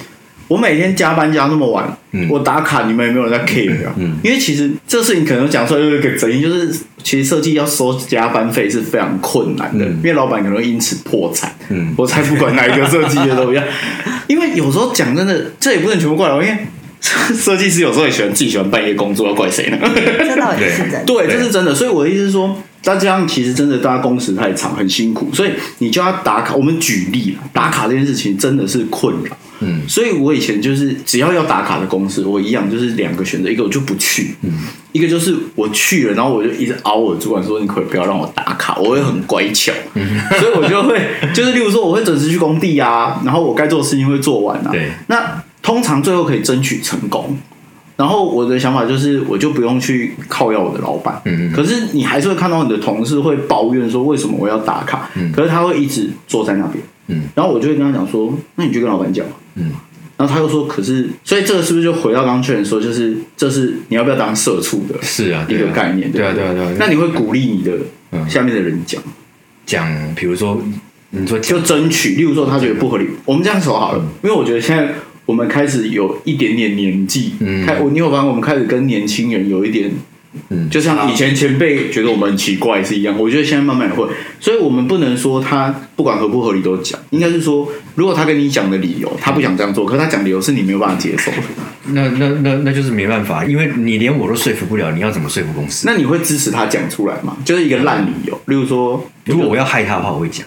Speaker 5: 我每天加班加那么晚，
Speaker 6: 嗯
Speaker 5: 我打卡你们也没有人在 care 啊。因为其实这事情可能讲出来又有一个争议，就是其实设计要收加班费是非常困难的，
Speaker 6: 嗯
Speaker 5: 因为老板可能会因此破产。
Speaker 6: 嗯
Speaker 5: 我才不管哪一个设计的怎 么样，因为有时候讲真的，这也不能全部怪我，因为设计师有时候也喜欢自己喜欢半夜工作，要怪谁呢？
Speaker 1: 这倒也是真的。
Speaker 5: 对，
Speaker 6: 对
Speaker 5: 这是真的。所以我的意思是说，那这样其实真的大家工时太长，很辛苦，所以你就要打卡。我们举例啦，打卡这件事情真的是困扰。
Speaker 6: 嗯
Speaker 5: 所以我以前就是只要要打卡的公司，我一样就是两个选择，一个我就不去，嗯，一个就是我去了，然后我就一直熬我主管说，你可不可以不要让我打卡，我会很乖巧，所以我就会就是例如说我会准时去工地啊，然后我该做的事情会做完啊，
Speaker 6: 对，
Speaker 5: 那通常最后可以争取成功。然后我的想法就是，我就不用去靠要我的老板。
Speaker 6: 嗯嗯
Speaker 5: 可是你还是会看到你的同事会抱怨说，为什么我要打卡？可是他会一直坐在那边。
Speaker 6: 嗯，
Speaker 5: 然后我就会跟他讲说，那你就跟老板讲。
Speaker 6: 嗯，
Speaker 5: 然后他又说，可是，所以这个是不是就回到刚刚确人说，就是这是你要不要当社畜的
Speaker 6: 是啊，对
Speaker 5: 一
Speaker 6: 啊
Speaker 5: 个概念？
Speaker 6: 对啊，
Speaker 5: 不
Speaker 6: 对啊，对啊。
Speaker 5: 那你会鼓励你的
Speaker 6: 嗯
Speaker 5: 下面的人讲？
Speaker 6: 讲，比如说你说
Speaker 5: 就
Speaker 6: 讲
Speaker 5: 争取，例如说他觉得不合理，我们这样说好了，
Speaker 6: 嗯
Speaker 5: 因为我觉得现在我们开始有一点点年纪，
Speaker 6: 嗯
Speaker 5: 开我你有发现我们开始跟年轻人有一点，
Speaker 6: 嗯
Speaker 5: 就像以前前辈觉得我们很奇怪是一样，我觉得现在慢慢也会，所以我们不能说他不管合不合理都讲，应该是说如果他跟你讲的理由，他不想这样做，可是他讲理由是你没有办法接受的，
Speaker 6: 那那那那就是没办法，因为你连我都说服不了，你要怎么说服公司？
Speaker 5: 那你会支持他讲出来吗？就是一个烂理由，例如说，
Speaker 6: 如果我要害他的话，我会讲。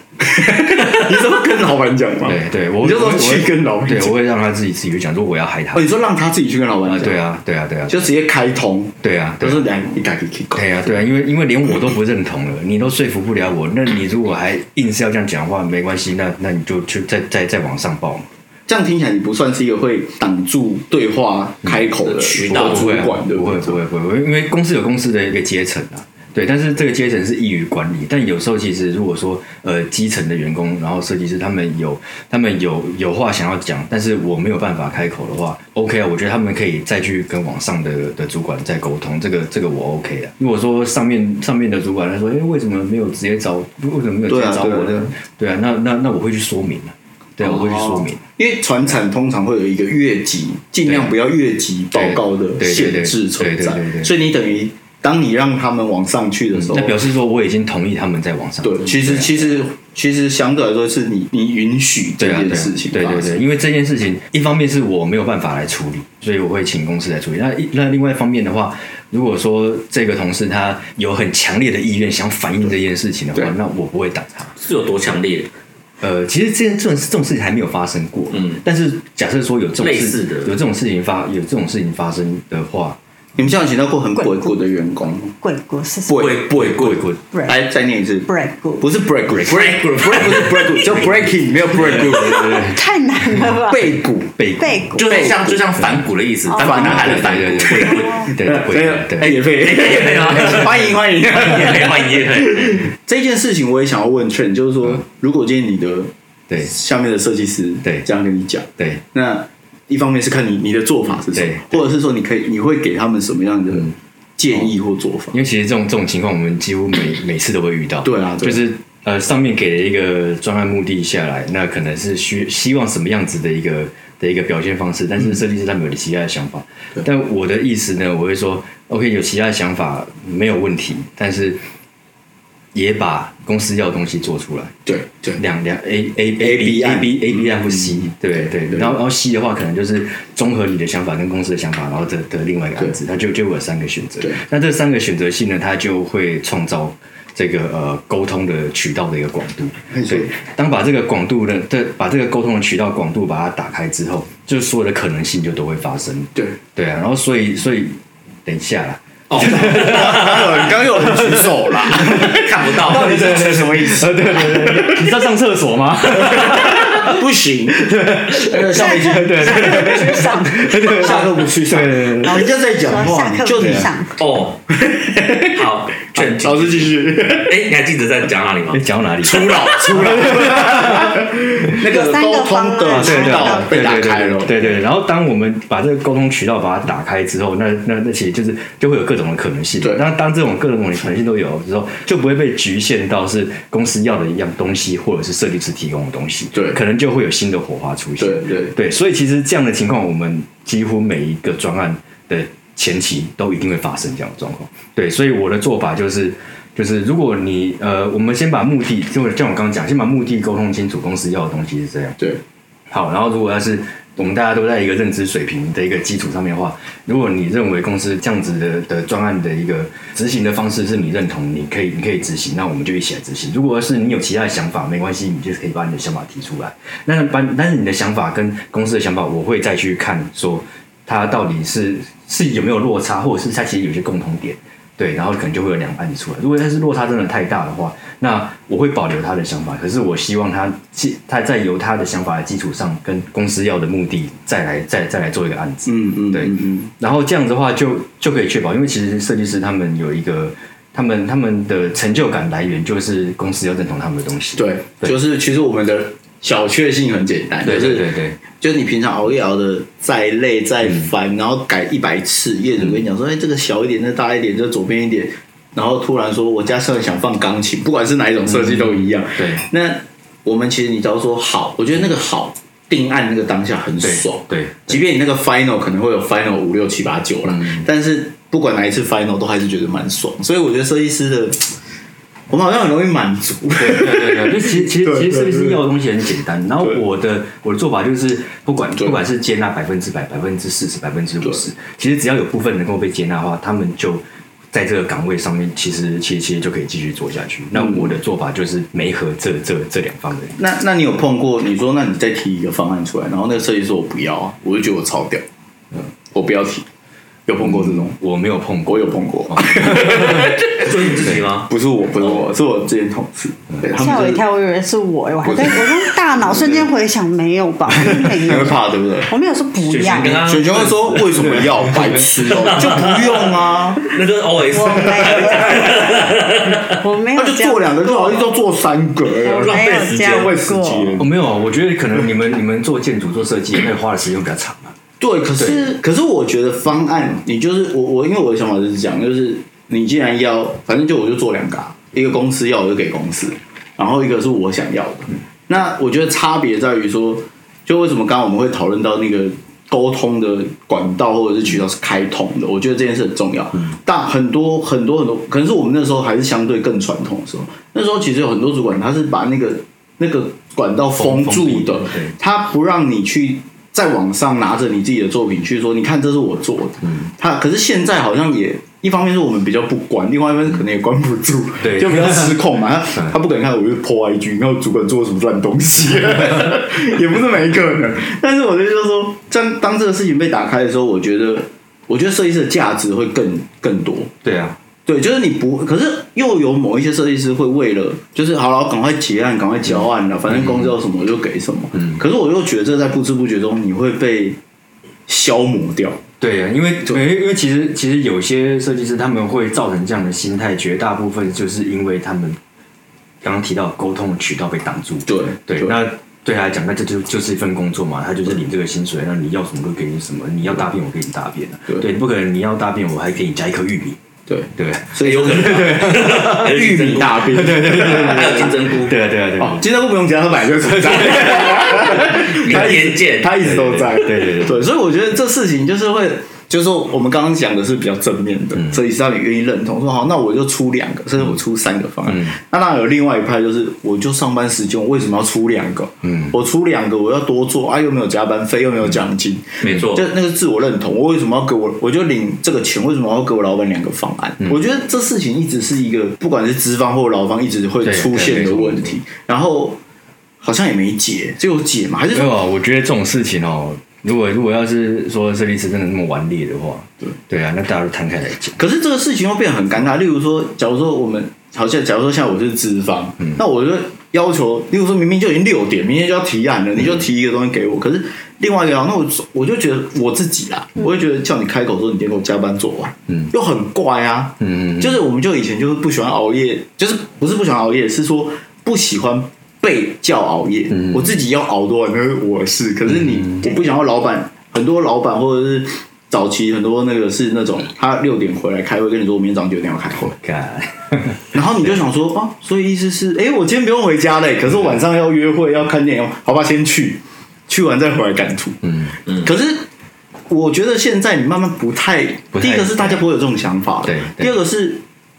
Speaker 5: 你怎么跟老板讲吗？
Speaker 6: 对对，我
Speaker 5: 哦你就说
Speaker 6: 我我
Speaker 5: 去跟老板
Speaker 6: 对，
Speaker 5: 讲
Speaker 6: 我会让他自己自己去讲，说我要害他
Speaker 5: 哦，。你说让他自己去跟老板
Speaker 6: 啊，
Speaker 5: 讲，
Speaker 6: 对，啊，对啊，对啊，
Speaker 5: 就直接开通，
Speaker 6: 对啊，
Speaker 5: 就
Speaker 6: 对啊
Speaker 5: 是来你赶紧去搞。
Speaker 6: 对啊，对啊，因为因为连我都不认同了，你都说服不了我，那你如果还硬是要这样讲话，没关系，那那你就去再再再往上报嘛。
Speaker 5: 这样听起来你不算是一个会挡住对话开口
Speaker 6: 嗯
Speaker 5: 的
Speaker 2: 渠
Speaker 6: 不
Speaker 2: 道
Speaker 5: 主
Speaker 6: 会啊
Speaker 5: 管，对
Speaker 6: 不会
Speaker 5: 对？
Speaker 6: 不会不会，因为公司有公司的一个阶层啊。对，但是这个阶层是易于管理，但有时候其实如果说呃基层的员工，然后设计师他们有他们有有话想要讲，但是我没有办法开口的话，OK 啊，我觉得他们可以再去跟往上的的主管再沟通，这个这个我 OK 啊。如果说上面上面的主管他说，哎，为什么没有直接找，为什么没有直
Speaker 5: 对
Speaker 6: 接
Speaker 5: 啊
Speaker 6: 找
Speaker 5: 对啊
Speaker 6: 我
Speaker 5: 对啊
Speaker 6: 呢？对啊，那那那我会去说明啊，对啊，我会去说明。
Speaker 5: 因为船产通常会有一个越级，尽量不要越级报告的
Speaker 6: 对对对
Speaker 5: 限制存
Speaker 6: 对对对
Speaker 5: 在，
Speaker 6: 对
Speaker 5: 所以你等于当你让他们往上去的时候
Speaker 6: 嗯那，表示说我已经同意他们在往上走。
Speaker 5: 对，其实
Speaker 6: 啊
Speaker 5: 其实其实相对来说是你你允许这
Speaker 6: 对啊，
Speaker 5: 件
Speaker 6: 对啊
Speaker 5: 事情
Speaker 6: 对对
Speaker 5: 发
Speaker 6: 对，
Speaker 5: 生
Speaker 6: 因为这件事情，一方面是我没有办法来处理，所以我会请公司来处理。那一那另外一方面的话，如果说这个同事他有很强烈的意愿想反映这件事情的
Speaker 5: 对
Speaker 6: 话，那我不会挡他。
Speaker 2: 是有多强烈？
Speaker 6: 呃，其实这件这种这种事情还没有发生过，
Speaker 2: 嗯
Speaker 6: 但是假设说有这种
Speaker 2: 类
Speaker 6: 事
Speaker 2: 似的
Speaker 6: 有这种事情发有这种事情发生的话，
Speaker 5: 你们现在有请到过很鬼谷的员工吗，
Speaker 1: 贵国是
Speaker 5: 不会
Speaker 2: 贵贵贵贵，
Speaker 1: break
Speaker 5: 来再念一次，
Speaker 1: break
Speaker 5: 不是 break break break break 不是 break 叫 breaking 没有 break
Speaker 1: 太难了吧？
Speaker 5: 背骨
Speaker 6: 被
Speaker 1: 背骨
Speaker 2: 就像就像反骨的意
Speaker 1: 哦
Speaker 2: 思，反骨男孩的反
Speaker 6: 对
Speaker 2: 骨，
Speaker 6: 对对 对对对
Speaker 5: 没有
Speaker 6: 对对
Speaker 5: 哎
Speaker 6: 对，
Speaker 5: 也配
Speaker 2: 配啊
Speaker 5: 欢迎欢迎。
Speaker 2: 也配换也配，
Speaker 5: 这件事情我也想要问劝，就是说
Speaker 6: 嗯，
Speaker 5: 如果今天你的
Speaker 6: 对
Speaker 5: 下面的设计师
Speaker 6: 对
Speaker 5: 这样跟你讲，
Speaker 6: 对
Speaker 5: 那一方面是看你你的做法是什么，
Speaker 6: 对
Speaker 5: 或者是说你可以你会给他们什么样的
Speaker 6: 嗯
Speaker 5: 建议或做法？
Speaker 6: 因为其实这种这种情况，我们几乎每每次都会遇到。
Speaker 5: 对啊对
Speaker 6: 就是呃，上面给了一个专案目的下来，那可能是需希望什么样子的一个的一个表现方式，
Speaker 5: 嗯
Speaker 6: 但是设计师他们有其他的想法。但我的意思呢，我会说，OK，有其他的想法没有问题，但是也把公司要的东西做出来。
Speaker 5: 对对
Speaker 6: 两两 A A
Speaker 5: A
Speaker 6: A
Speaker 5: B
Speaker 6: B
Speaker 5: I
Speaker 6: A B A B F C，对对。
Speaker 5: 嗯对
Speaker 6: 然后然后 C 的话，可能就是综合你的想法跟公司的想法，然后的的另外一个案子，它就就会有三个选择
Speaker 5: 对。
Speaker 6: 那这三个选择性呢，它就会创造这个呃沟通的渠道的一个广度。
Speaker 5: 没错
Speaker 6: 对，当把这个广度的对把这个沟通的渠道广度把它打开之后，就所有的可能性就都会发生。
Speaker 5: 对。
Speaker 6: 对啊，然后所以所以等一下啦，
Speaker 5: 哎刚刚有人举手啦，
Speaker 2: 看不到，到底是
Speaker 5: 什么意 思？
Speaker 6: 你知道上厕所 吗？
Speaker 5: 不行，哎下
Speaker 1: 下课对对上，
Speaker 5: 下课不去上，人家在讲话，
Speaker 1: 下
Speaker 5: 你
Speaker 1: 课
Speaker 5: 就
Speaker 1: 不
Speaker 5: 你
Speaker 1: 上，
Speaker 2: 哦，好，劝
Speaker 5: 老师继续。
Speaker 2: 哎，你还记得在讲哪里吗
Speaker 6: 你？讲到哪里？
Speaker 5: 出老 出老， 那个沟通的渠道被打开了。
Speaker 6: 啊对对，然后当我们把这个沟通渠道把它打开之后，那那那其实就是就会有各种的可能性。
Speaker 5: 对
Speaker 6: 那当这种各种的可能性都有之后，就不会被局限到是公司要的一样东西，或者是设计师提供的东西。
Speaker 5: 对
Speaker 6: 可能就会有新的火花出现。
Speaker 5: 对对
Speaker 6: 对，所以其实这样的情况，我们几乎每一个专案的前期都一定会发生这样的状况。对，所以我的做法就是。就是如果你呃，我们先把目的，就像我刚刚讲，先把目的沟通清楚，公司要的东西是这样。
Speaker 5: 对
Speaker 6: 好，然后如果要是我们大家都在一个认知水平的一个基础上面的话，如果你认为公司这样子的的专案的一个执行的方式是你认同，你可以你可以执行，那我们就一起来执行。如果是你有其他的想法，没关系，你就是可以把你的想法提出来。那把但是你的想法跟公司的想法，我会再去看说它到底是是有没有落差，或者是它其实有些共同点。对，然后可能就会有两个案子出来。如果但是落差真的太大的话，那我会保留他的想法，可是我希望他基他在由他的想法的基础上，跟公司要的目的再来再再来做一个案子。
Speaker 5: 嗯嗯，
Speaker 6: 对，
Speaker 5: 嗯
Speaker 6: 然后这样子的话就就可以确保，因为其实设计师他们有一个他们他们的成就感来源就是公司要认同他们的东西。
Speaker 5: 对，就是其实我们的小确幸很简单，就
Speaker 6: 对对对
Speaker 5: 是
Speaker 6: 对
Speaker 5: 就是你平常熬夜熬的再累再烦，然后改一百次，业主跟你讲说，哎，这个小一点，这大一点，这左边一点，然后突然说我家设想放钢琴，不管是哪一种设计都一样。
Speaker 6: 对
Speaker 5: 那我们其实你只要说好，我觉得那个好定案那个当下很
Speaker 6: 对
Speaker 5: 爽，
Speaker 6: 对
Speaker 5: 即便你那个 final 可能会有 final 五六七八九啦，
Speaker 6: 嗯
Speaker 5: 但是不管哪一次 final 都还是觉得蛮爽，所以我觉得设计师的我们好像很容易满足。
Speaker 6: 对对对，就其实其实
Speaker 5: 对
Speaker 6: 其实设计
Speaker 5: 对
Speaker 6: 师
Speaker 5: 对
Speaker 6: 要的东西很简单。然后
Speaker 5: 对
Speaker 6: 我的我的做法就是，不管
Speaker 5: 对
Speaker 6: 不管是接纳百分之百、百分之四十、百分之五十，其实只要有部分能够被接纳的话，他们就在这个岗位上面，其实其实其实就可以继续做下去。那
Speaker 5: 嗯
Speaker 6: 我的做法就是没和这这这两方的人，
Speaker 5: 那那你有碰过？你说那你再提一个方案出来，然后那个设计师说我不要啊，我就觉得我超屌，我不要提。有碰过这种？
Speaker 6: 我没有碰过。
Speaker 5: 我有碰过，啊
Speaker 2: 所以你自己吗？
Speaker 5: 不是我，不是我，是我之前同事，对他们
Speaker 1: 吓我
Speaker 5: 就
Speaker 1: 一
Speaker 5: 是
Speaker 1: 跳，我以为是我，我还在，我用大脑瞬间回想，没有 吧？没
Speaker 5: 你
Speaker 1: 有
Speaker 5: 会，怕对不对？
Speaker 1: 我没有说不
Speaker 2: 雪
Speaker 1: 要
Speaker 2: 晴，跟他
Speaker 5: 熊熊会说为什么要白痴 哦，就不用啊，
Speaker 2: 那就是 always
Speaker 1: 我没 我没有
Speaker 5: 那就
Speaker 1: 这样
Speaker 5: 做，两个就好，一定要做三个，
Speaker 1: 我没有这样
Speaker 5: 哦浪费时
Speaker 1: 过
Speaker 5: 间。
Speaker 6: 哦，没有，我觉得可能你们你们做建筑做设计，那个花的时间比较长嘛。
Speaker 5: 对，可是可是我觉得方案，你就是我我因为我的想法就是这样，就是你既然要，反正就我就做两个啊，一个公司要我就给公司，然后一个是我想要的。那我觉得差别在于说，就为什么刚刚我们会讨论到那个沟通的管道或者是渠道是开通的，我觉得这件事很重要。但很多很多很多，可能是我们那时候还是相对更传统的时候，那时候其实有很多主管他是把那个那个管道封
Speaker 6: 封
Speaker 5: 住
Speaker 6: 闭
Speaker 5: 的
Speaker 6: 的对，
Speaker 5: 他不让你去在网上拿着你自己的作品去说，你看这是我做的。他可是现在好像也。一方面是我们比较不管，另外一方面可能也关不住，
Speaker 6: 对
Speaker 5: 就比较失控嘛。他他不敢看，我就破 IG，你看我主管做了什么烂东西，也不是没可能。啊但是我就就是说，当当这个事情被打开的时候，我觉得，我觉得设计师的价值会更更多。
Speaker 6: 对啊，
Speaker 5: 对，就是你不，可是又有某一些设计师会为了，就是好了，赶快结案，赶快交案了，反正公司有什么我就给什么。嗯，可是我又觉得在不知不觉中，你会被消磨掉。
Speaker 6: 对啊，因为因为因为其实其实有些设计师他们会造成这样的心态，绝大部分就是因为他们刚刚提到沟通的渠道被挡住。
Speaker 5: 对
Speaker 6: 对，那对他来讲，那这就就是一份工作嘛，他就是领这个薪水，那你要什么都给你什么，你要大便我给你大便啊
Speaker 5: 对
Speaker 6: 对，你不可能你要大便我还给你加一颗玉米，
Speaker 5: 对，
Speaker 6: 对，
Speaker 5: 所以 有可能
Speaker 2: 玉米
Speaker 5: 大 便。对对对。
Speaker 2: 还有金针菇，
Speaker 6: 对啊，对啊，对
Speaker 5: 哦
Speaker 6: 啊，，
Speaker 5: 金针菇不用加，它本来就存在。
Speaker 2: 明天见。
Speaker 5: 他一直都在，
Speaker 6: 对对对对
Speaker 5: 对，所以我觉得这事情就是会，就是说我们刚刚讲的是比较正面的，所以是让你愿意认同，说好，那我就出两个，甚至我出三个方案。那当然有另外一派，就是我就上班时间，我为什么要出两个？嗯，我出两个，我要多做啊，又没有加班费，又没有奖金，
Speaker 2: 没错
Speaker 5: 就，那个自我认同，我为什么要给我，我就领这个钱，为什么要给我老板两个方案？我觉得这事情一直是一个，不管是资方或劳方，一直会
Speaker 6: 对
Speaker 5: 出现的问题，然后好像也没解，就有解嘛，还是
Speaker 6: 没有啊，我觉得这种事情哦，如果如果要是说设计师真的那么顽劣的话，对对啊，那大家都摊开来讲，
Speaker 5: 可是这个事情会变得很尴尬。例如说，假如说我们好像，假如说像我是资方，那我就要求，例如说明明就已经六点，明天就要提案了，你就提一个东西给我。可是另外一个，那我我就觉得我自己啊，
Speaker 6: 嗯
Speaker 5: 我就觉得叫你开口说你今天给我加班做完，嗯，又很怪啊，
Speaker 6: 嗯，
Speaker 5: 就是我们就以前就是不喜欢熬夜，就是不是不喜欢熬夜，是说不喜欢被叫熬夜。
Speaker 6: 嗯
Speaker 5: 我自己要熬多晚那是我的事，可是你、我不想要老板，很多老板或者是早期很多那个是那种他六点回来开会，跟你说我明天早上九点要开会，
Speaker 6: 干，
Speaker 5: 然后你就想说啊，所以意思是，哎，我今天不用回家嘞，可是我晚上要约会要看电影，好吧，先去，去完再回来赶图。
Speaker 6: 嗯
Speaker 2: 嗯
Speaker 5: 可是我觉得现在你慢慢不太，
Speaker 6: 不太
Speaker 5: 第一个是大家不会有这种想法了，
Speaker 6: 对对
Speaker 5: 第二个是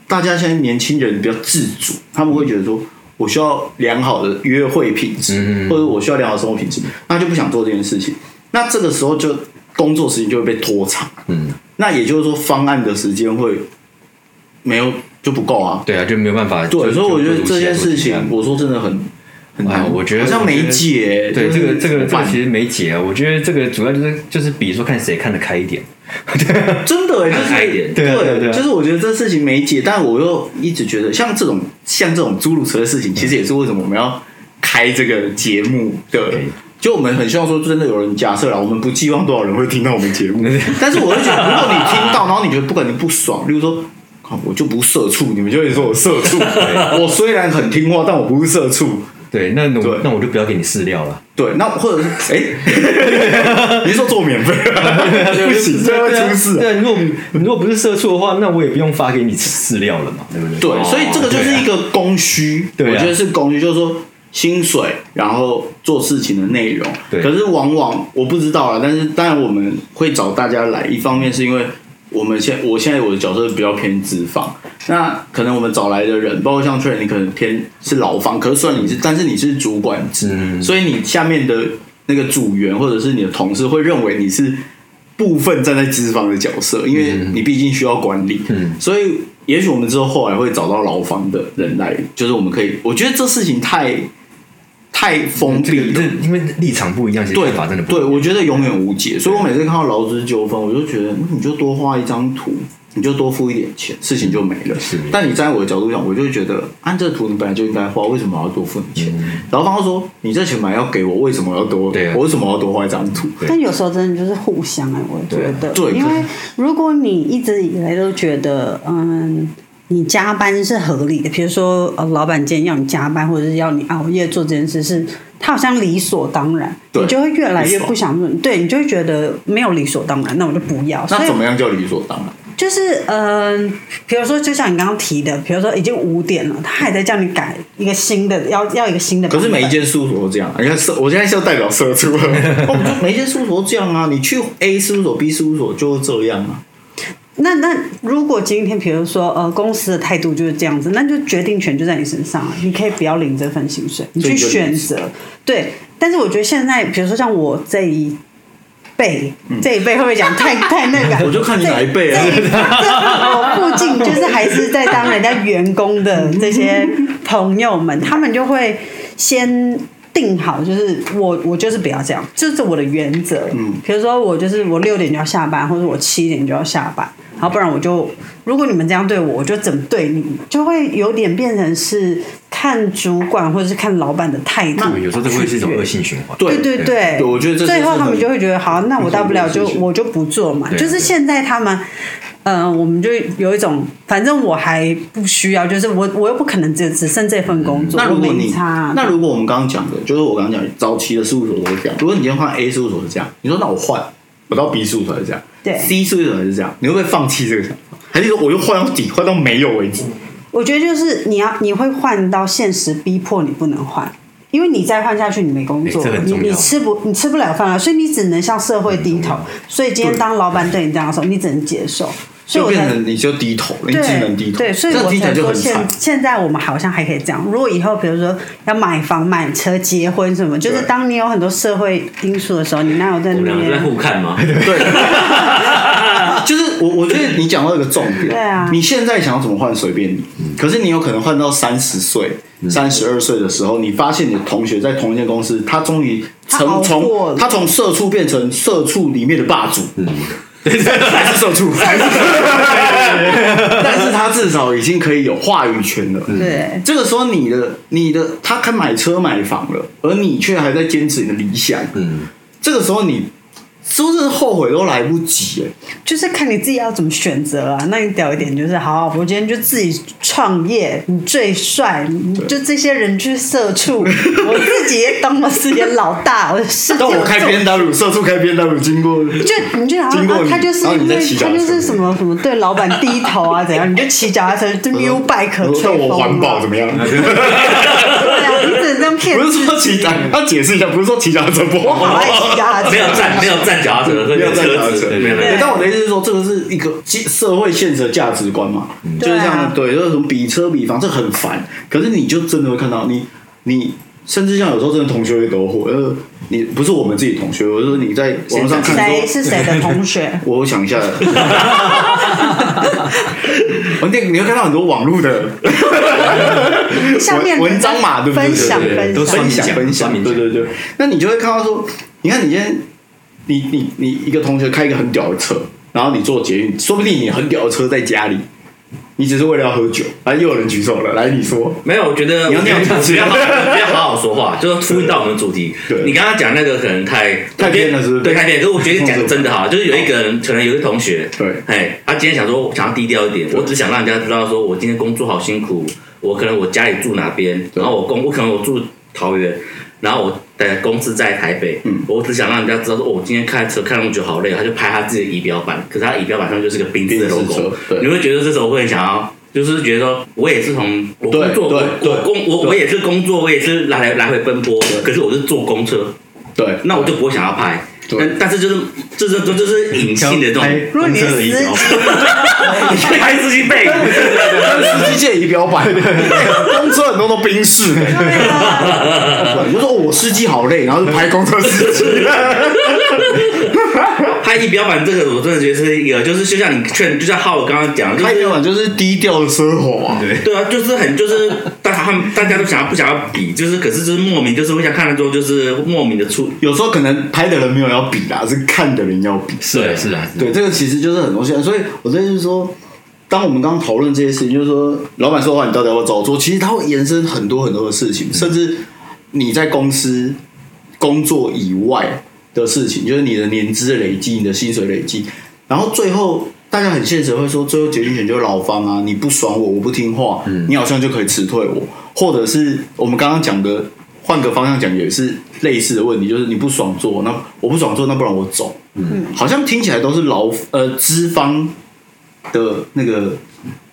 Speaker 5: 大家现在年轻人比较自主，他们会觉得说。我需要良好的约会品质，
Speaker 6: 嗯
Speaker 5: 或者我需要良好的生活品质，那就不想做这件事情。那这个时候就工作时间就会被拖长，
Speaker 6: 嗯，
Speaker 5: 那也就是说方案的时间会没有就不够啊。
Speaker 6: 对啊，就没有办法，
Speaker 5: 对，
Speaker 6: 就
Speaker 5: 所以我觉得
Speaker 6: 就
Speaker 5: 这件事
Speaker 6: 就
Speaker 5: 情，我说真的很很
Speaker 6: 哎
Speaker 5: 难，
Speaker 6: 我觉得
Speaker 5: 好像没嗯解。
Speaker 6: 对
Speaker 5: 就
Speaker 6: 这
Speaker 5: 是
Speaker 6: 个这个这个
Speaker 5: 烦
Speaker 6: 其实没解啊，我觉得这个主要就是就是比说看谁看得开一点，
Speaker 5: 真的哎，就
Speaker 2: 看开一
Speaker 5: 是
Speaker 2: 点
Speaker 6: 对啊对啊对啊
Speaker 5: 就是我觉得这事情没解，但我又一直觉得像这种像这种租路车的事情，其实也是为什么我们要开这个节目的。就我们很希望说，真的有人假设啦，我们不寄望多少人会听到我们节目，但是我会觉得，如果你听到，然后你觉得不可能不爽，例如说。啊我就不社畜，你们就会说我社畜。我虽然很听话，但我不是社畜。
Speaker 6: 对，那
Speaker 5: 对
Speaker 6: 我那我就不要给你饲料了，
Speaker 5: 对，那或者是哎，你是说做免费不行，这样会出事啊。
Speaker 6: 对啊，如果如果不是社畜的话，那我也不用发给你饲料了嘛，对不 对？啊
Speaker 5: 对，所以这个就是一个供需，
Speaker 6: 对啊
Speaker 5: 我觉得是供需，就是说薪水，然后做事情的内容。
Speaker 6: 对
Speaker 5: 可是往往我不知道了，但是当然我们会找大家来，一方面是因为我们现我现在我的角色比较偏资方，那可能我们找来的人，包括像 t r a n 你可能偏是劳方，可是虽然你是，但是你是主管
Speaker 6: 嗯
Speaker 5: 职，所以你下面的那个组员或者是你的同事会认为你是。部分站在资方的角色，因为
Speaker 6: 嗯
Speaker 5: 你毕竟需要管理，所以也许我们之后后来会找到劳方的人来，就是我们可以，我觉得这事情太太封
Speaker 6: 这个
Speaker 5: 闭了
Speaker 6: 嗯这。因为立场不一样，其实
Speaker 5: 对
Speaker 6: 看法真的不一
Speaker 5: 对，
Speaker 6: 样。
Speaker 5: 我觉得永远无解。所以我每次看到劳资纠纷，我就觉得嗯你就多画一张图，你就多付一点钱，事情就没了。
Speaker 6: 是
Speaker 5: 但你站在我的角度讲，我就会觉得按这个图你本来就应该花，为什么我要多付你钱？劳方说你这钱买要给我，为什么我要多？
Speaker 6: 嗯对啊
Speaker 5: 我为什么我要多画一张图？
Speaker 6: 对
Speaker 1: 但有时候真的就是互相哎、我觉得，
Speaker 5: 对
Speaker 1: 因
Speaker 5: 可
Speaker 1: 为
Speaker 5: 是
Speaker 1: 如果你一直以来都觉得，嗯，你加班是合理的，比如说呃，老板今天要你加班，或者是要你熬夜做这件事是，他好像理所当然，
Speaker 5: 对
Speaker 1: 你就会越来
Speaker 5: 理
Speaker 1: 越
Speaker 5: 所
Speaker 1: 不想问，对你就会觉得没有理所当然，那我就不要。所
Speaker 5: 那
Speaker 1: 以
Speaker 5: 怎么样叫理所当然？
Speaker 1: 就是嗯，比如说，就像你刚刚提的，比如说已经五点了，他还在叫你改一个新的，要要一个新的版
Speaker 5: 可
Speaker 1: 本。
Speaker 5: 是每一间事务所都这样啊，你看社，我现在是要代表社畜 了。我们就每一间事务所都这样啊，你去 A 事务所、B 事务所就这样啊。
Speaker 1: 那那如果今天比如说呃公司的态度就是这样子，那就决定权就在你身上了，啊你可以不要领这份薪水，你
Speaker 5: 所以
Speaker 1: 去
Speaker 5: 就
Speaker 1: 选
Speaker 5: 离职
Speaker 1: 择。对，但是我觉得现在比如说像我这一辈，这一辈会不会讲 太太那个啊？
Speaker 5: 嗯我就看你哪一辈啊
Speaker 1: 这这我附近就是还是在当人家员工的这些朋友们，他们就会先。定好就是我，我就是不要这样，这是我的原则。嗯，比如说我就是我六点就要下班，或者我七点就要下班，然后不然我就，如果你们这样对我，我就怎么对你，就会有点变成是看主管或者是看老板的态度。
Speaker 6: 有时候这会是一种恶性循环。
Speaker 5: 对
Speaker 1: 对对对，
Speaker 5: 对我觉得这
Speaker 1: 最
Speaker 5: 是
Speaker 1: 后他
Speaker 5: 很
Speaker 1: 们就会觉得，好，那我大不了就
Speaker 5: 很恐怖的事情
Speaker 1: 我就不做嘛。
Speaker 6: 对
Speaker 1: 就是现在他们，呃，我们就有一种，反正我还不需要，就是我我又不可能只只剩这份工作，
Speaker 5: 那
Speaker 1: 我
Speaker 5: 如果
Speaker 1: 没
Speaker 5: 你
Speaker 1: 差。啊
Speaker 5: 那如果我们刚刚讲的，就是我刚刚讲早期的事务所都是这样。如果你今天换 A 事务所是这样，你说那我换，我到 B 事务所还是这样，
Speaker 1: 对
Speaker 5: ，C 事务所还是这样，你会不会放弃这个想法？还是说我又换到底，换到没有为止？
Speaker 1: 我觉得就是你要你会换到现实逼迫你不能换，因为你再换下去你没工作，
Speaker 6: 哎这很
Speaker 1: 你
Speaker 6: 重要
Speaker 1: 你吃不你吃不了饭了，所以你只能向社会低
Speaker 5: 嗯
Speaker 1: 头。所以今天当老板对你这样的时候，你只能接受。所以
Speaker 5: 就
Speaker 1: 我才
Speaker 5: 变成你就低头了，你
Speaker 1: 对
Speaker 5: 只能低头，
Speaker 1: 对，所以
Speaker 5: 这
Speaker 1: 我
Speaker 5: 听起来
Speaker 1: 才
Speaker 5: 就
Speaker 1: 说
Speaker 5: 很
Speaker 1: 现
Speaker 5: 惨。
Speaker 1: 现在我们好像还可以这样。如果以后比如说要买房、买车、结婚什么，就是
Speaker 5: 对
Speaker 1: 当你有很多社会因素的时候，你哪有在
Speaker 2: 我
Speaker 1: 那
Speaker 2: 们两个在
Speaker 1: 边？
Speaker 2: 互看 嘛，
Speaker 5: 对， 就是我我觉得你讲到一个重点，
Speaker 1: 对啊
Speaker 5: 你现在想要怎么换随便你，可是你有可能换到三十岁、三十二岁的时候，你发现你的同学在同一间公司，他终于
Speaker 1: 他熬
Speaker 5: 从
Speaker 1: 过了
Speaker 5: 从他从社畜变成社畜里面的霸主。 还是社畜，嗯还是社畜， 嗯但是他至少已经可以有话语权了。
Speaker 1: 对，
Speaker 5: 这个时候你的你的他可以买车买房了，而你却还在坚持你的理想，
Speaker 6: 嗯，
Speaker 5: 这个时候你说真的后悔都来不及哎、
Speaker 1: 就是看你自己要怎么选择啊。那你屌一点就是，好，我今天就自己创业，你最帅，你就这些人去社 畜，我自己也当了世界老大，我世界
Speaker 5: 但我开
Speaker 1: 做
Speaker 5: B N W，社畜开 B N W 经 过，
Speaker 1: 就你就想
Speaker 5: 经
Speaker 1: 说
Speaker 5: 过
Speaker 1: 啊，
Speaker 5: 你
Speaker 1: 他就是
Speaker 5: 然后
Speaker 1: 因
Speaker 5: 你再
Speaker 1: 为
Speaker 5: 骑脚
Speaker 1: 他
Speaker 5: 踏车
Speaker 1: 就是什么什么对老板低头啊怎样，你就骑脚踏车 就 U bike 吹
Speaker 5: 但
Speaker 1: 风
Speaker 5: 我环保怎
Speaker 1: 么？
Speaker 5: 么样？
Speaker 1: 对啊，你只能这样骗
Speaker 5: 不
Speaker 1: 自己。
Speaker 5: 是 说骑脚，要解释一下，不是说骑脚踏车不
Speaker 1: 我好
Speaker 5: 好。
Speaker 1: 爱骑脚踏车，
Speaker 2: 没有站，没有站脚踏车，没有车子，没有没有
Speaker 5: 对，但我的意思是说，这个是一个基社会现实的价值观嘛，
Speaker 1: 嗯
Speaker 5: 就是这样的。
Speaker 1: 啊
Speaker 5: 对，就是什么比车比房，这很烦。可是你就真的会看到你，你甚至像有时候真的同学会惹火，呃，你不是我们自己同学，我是说你在网络上看
Speaker 1: 谁
Speaker 5: 说，？
Speaker 1: 是谁的同学
Speaker 5: 我想一下，我你你会看到很多网络的
Speaker 1: 下面
Speaker 5: 文文章嘛，对不对？
Speaker 1: 分享
Speaker 5: 对对
Speaker 1: 分
Speaker 5: 对
Speaker 1: 享
Speaker 5: 分享分
Speaker 6: 酸
Speaker 5: 享，
Speaker 6: 民
Speaker 5: 对
Speaker 6: 讲
Speaker 5: 对对。那你就会看到说，你看你今天，你你你一个同学开一个很屌的车，然后你坐捷运，说不定你很屌的车在家里，你只是为了要喝酒，啊，又有人举手了，来你说，
Speaker 2: 没有，我觉得
Speaker 5: 你要那样
Speaker 2: 不
Speaker 5: 子
Speaker 2: 要好 不要好好说话，就是呼应到我们的主题
Speaker 5: 对。
Speaker 2: 你刚刚讲那个可能太
Speaker 5: 太偏了是不 是
Speaker 2: 对，太偏。可是我觉得讲真的哈，就是有一个人，可能有一个同学，
Speaker 5: 对
Speaker 2: 哎，他今天想说想要低调一点，我只想让人家知道说我今天工作好辛苦，我可能我家里住哪边，
Speaker 5: 对
Speaker 2: 然后我公我可能我住桃园，然后我的公司在台北，
Speaker 5: 嗯
Speaker 2: 我只想让人家知道说，哦我今天开车开那么久好累啊，他就拍他自己的仪表板，可是他仪表板上就是个宾士的
Speaker 5: 宾
Speaker 2: logo，
Speaker 5: 士车对
Speaker 2: 你会觉得这时候会很想要。就是觉得说，我也是从我工作，
Speaker 5: 对
Speaker 2: 我
Speaker 5: 对
Speaker 2: 我工我
Speaker 5: 对
Speaker 2: 我也是工作，我也是来来来回奔波，可是我是坐公车，
Speaker 5: 对，
Speaker 2: 那我就不会想要拍。
Speaker 5: 对
Speaker 2: 但但是就是这这这就是隐性的这种，
Speaker 1: 如果你是司
Speaker 2: 拍自己背。
Speaker 5: 司机界仪表 板，公车很多都宾士，
Speaker 1: 对啊
Speaker 5: 你就说哦我司机好累，然后就拍公车司机，
Speaker 2: 开地标版这个，我真的觉得是一个，就是就像你劝，就像浩刚刚讲，就
Speaker 5: 开
Speaker 2: 是
Speaker 5: 电玩就是低调的奢华、啊，
Speaker 6: 对，
Speaker 2: 对啊，就是很就是大家他们大家都想要不想要比，就是可是就是莫名就是我想看了之后就是莫名的出，
Speaker 5: 有时候可能拍的人没有要比啦，是看的人要比。
Speaker 6: 是啊，是啊，是啊
Speaker 5: 对，这个其实就是很多现在，所以我这就是说，当我们刚刚讨论这些事情，就是说，老板说话你到底要不要照做？其实它会延伸很多很多的事情，甚至你在公司工作以外的事情，就是你的年资的累积、你的薪水累积，然后最后。大家很现实，会说最后决定权就是劳方啊，你不爽我，我不听话，你好像就可以辞退我，或者是我们刚刚讲的，换个方向讲也是类似的问题，就是你不爽做，那我不爽做，那不然我走，好像听起来都是劳呃资方的那个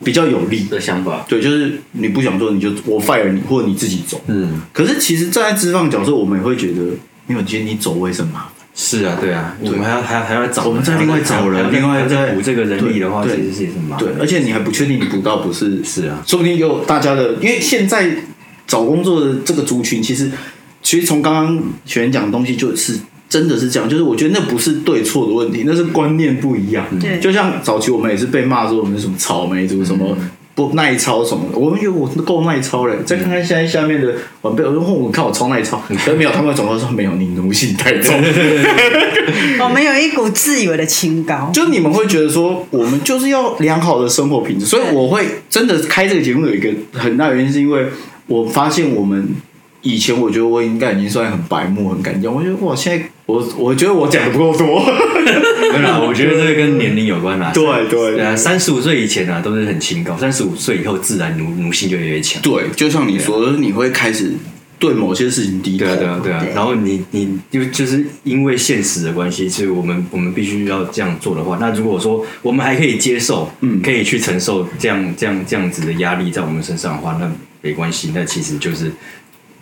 Speaker 5: 比较有利。
Speaker 2: 的想法，
Speaker 5: 对，就是你不想做，你就我 fire 你，或者你自己走。嗯，可是其实站在资方角色，我们也会觉得，没有，今天你走为什么？
Speaker 6: 是啊，对啊，
Speaker 5: 对
Speaker 6: 我们还要还要还要找人，
Speaker 5: 我们再另外找人
Speaker 6: 还要再
Speaker 5: 另外
Speaker 6: 还要再
Speaker 5: 再
Speaker 6: 补这个人力的话，
Speaker 5: 对
Speaker 6: 其实也是蛮
Speaker 5: 对，而且你还不确定你补到不是，
Speaker 6: 是啊，
Speaker 5: 说不定有大家的，因为现在找工作的这个族群，其实其实从刚刚学员讲的东西，就是真的是这样，就是我觉得那不是对错的问题，那是观念不一样。
Speaker 1: 对
Speaker 5: 就像早期我们也是被骂说我们是什么草莓族、什么不耐操什么的，我们觉得我够耐操了。再看看现在下面的晚辈，我说我看我超耐操，可是没有，他们总会说没有，你奴性太重。
Speaker 1: 我们有一股自以为的清高，
Speaker 5: 就你们会觉得说，我们就是要良好的生活品质，所以我会真的开这个节目有一个很大原因，是因为我发现我们以前我觉得我应该已经算很白目、很敢讲，我觉得哇，现在我我觉得我讲的不够多，
Speaker 6: 没有啦，我觉得这个跟年龄有关啦。
Speaker 5: 对对
Speaker 6: 对啊，三十五岁以前啊都是很清高，三十五岁以后自然奴奴性就越来越强。
Speaker 5: 对，就像你说，你会开始对某些事情低头，
Speaker 6: 对啊，对啊，对啊。然后你你就就是因为现实的关系，所以我们我们必须要这样做的话，那如果说我们还可以接受，
Speaker 5: 嗯
Speaker 6: 可以去承受这样这样这样子的压力在我们身上的话，那没关系，那其实就是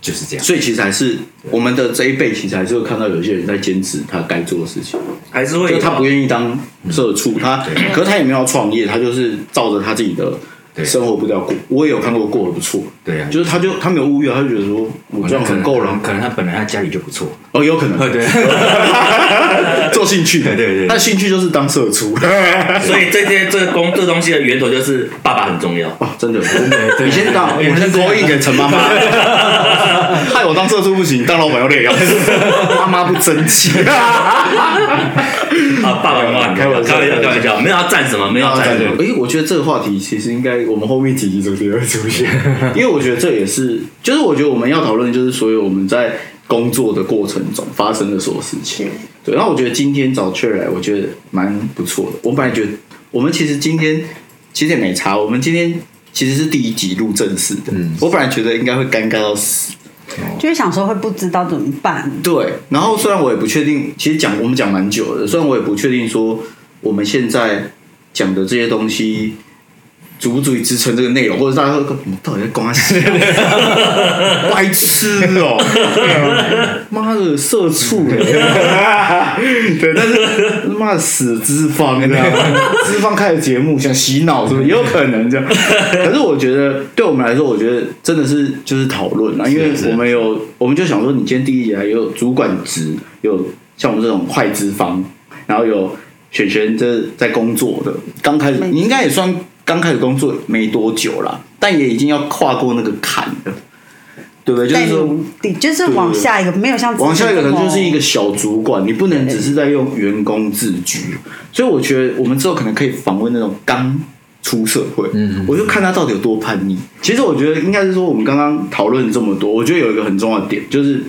Speaker 6: 就是这样。
Speaker 5: 所以其实还是我们的这一辈，其实还是会看到有些人在坚持他该做的事情。
Speaker 2: 还是会
Speaker 5: 就
Speaker 2: 有
Speaker 5: 他不愿意当社畜，他可是他也没有要创业，他就是照着他自己的
Speaker 6: 对啊
Speaker 5: 生活步调过。我也有看过过得不错，
Speaker 6: 对啊，
Speaker 5: 就是他就他没有物欲啊，他就觉得说我这样
Speaker 6: 可
Speaker 5: 很
Speaker 6: 能
Speaker 5: 够了
Speaker 6: 可能他本来他家里就不错，
Speaker 5: 哦，有可 能
Speaker 6: 对
Speaker 5: 做兴趣的，
Speaker 6: 哎对对对
Speaker 5: 那兴趣就是当 社畜
Speaker 2: 所以这些这个工这东西的源头就是爸爸很重要，
Speaker 5: 哦，真的真的，你先当，我们先勾引给陈妈妈， 害我当社畜不行，当老板要累啊， 妈妈不争气，
Speaker 2: 啊，爸爸妈妈很重
Speaker 5: 开
Speaker 2: 要，
Speaker 5: 玩笑
Speaker 2: 开玩笑，开玩笑，没有要站什么，没有要站什么，
Speaker 5: 哎，我觉得这个话题其实应该我们后面几集总是会出现， 因为我觉得这也是，就是我觉得我们要讨论就是所有我们在工作的过程中发生的所有事情。对，那我觉得今天找雀来，我觉得蛮不错的。我本来觉得我们其实今天其实也没差，我们今天其实是第一集录正式的，我本来觉得应该会尴尬到死，
Speaker 1: 就是想说会不知道怎么办。
Speaker 5: 对，然后虽然我也不确定，其实讲我们讲蛮久的，虽然我也不确定说我们现在讲的这些东西足不足以支撑这个内容，或者大家会说我们到底在关系、 白痴哦、妈的社畜嘞， 对，但是妈的死资方这样，资方开的节目想洗脑 是不是？也有可能这样，可是我觉得对我们来说，我觉得真的是就是讨论啊啦，因为我们有，我们就想说，你今天第一节有主管职，有像我们这种快资方，然后有璇璇这在工作的，刚开始
Speaker 1: 没错
Speaker 5: 你应该也算刚开始工作没多久啦，但也已经要跨过那个坎了，对不对？就是
Speaker 1: 在
Speaker 5: 说。
Speaker 1: 努力，就是往下一个，没有像
Speaker 5: 往下一个可
Speaker 1: 人
Speaker 5: 能就是一个小主管，你不能只是在用员工自居。所以我觉得我们之后可能可以访问那种刚出社会，嗯，我就看他到底有多叛逆。其实我觉得应该是说我们刚刚讨论这么多，我觉得有一个很重要的点就是，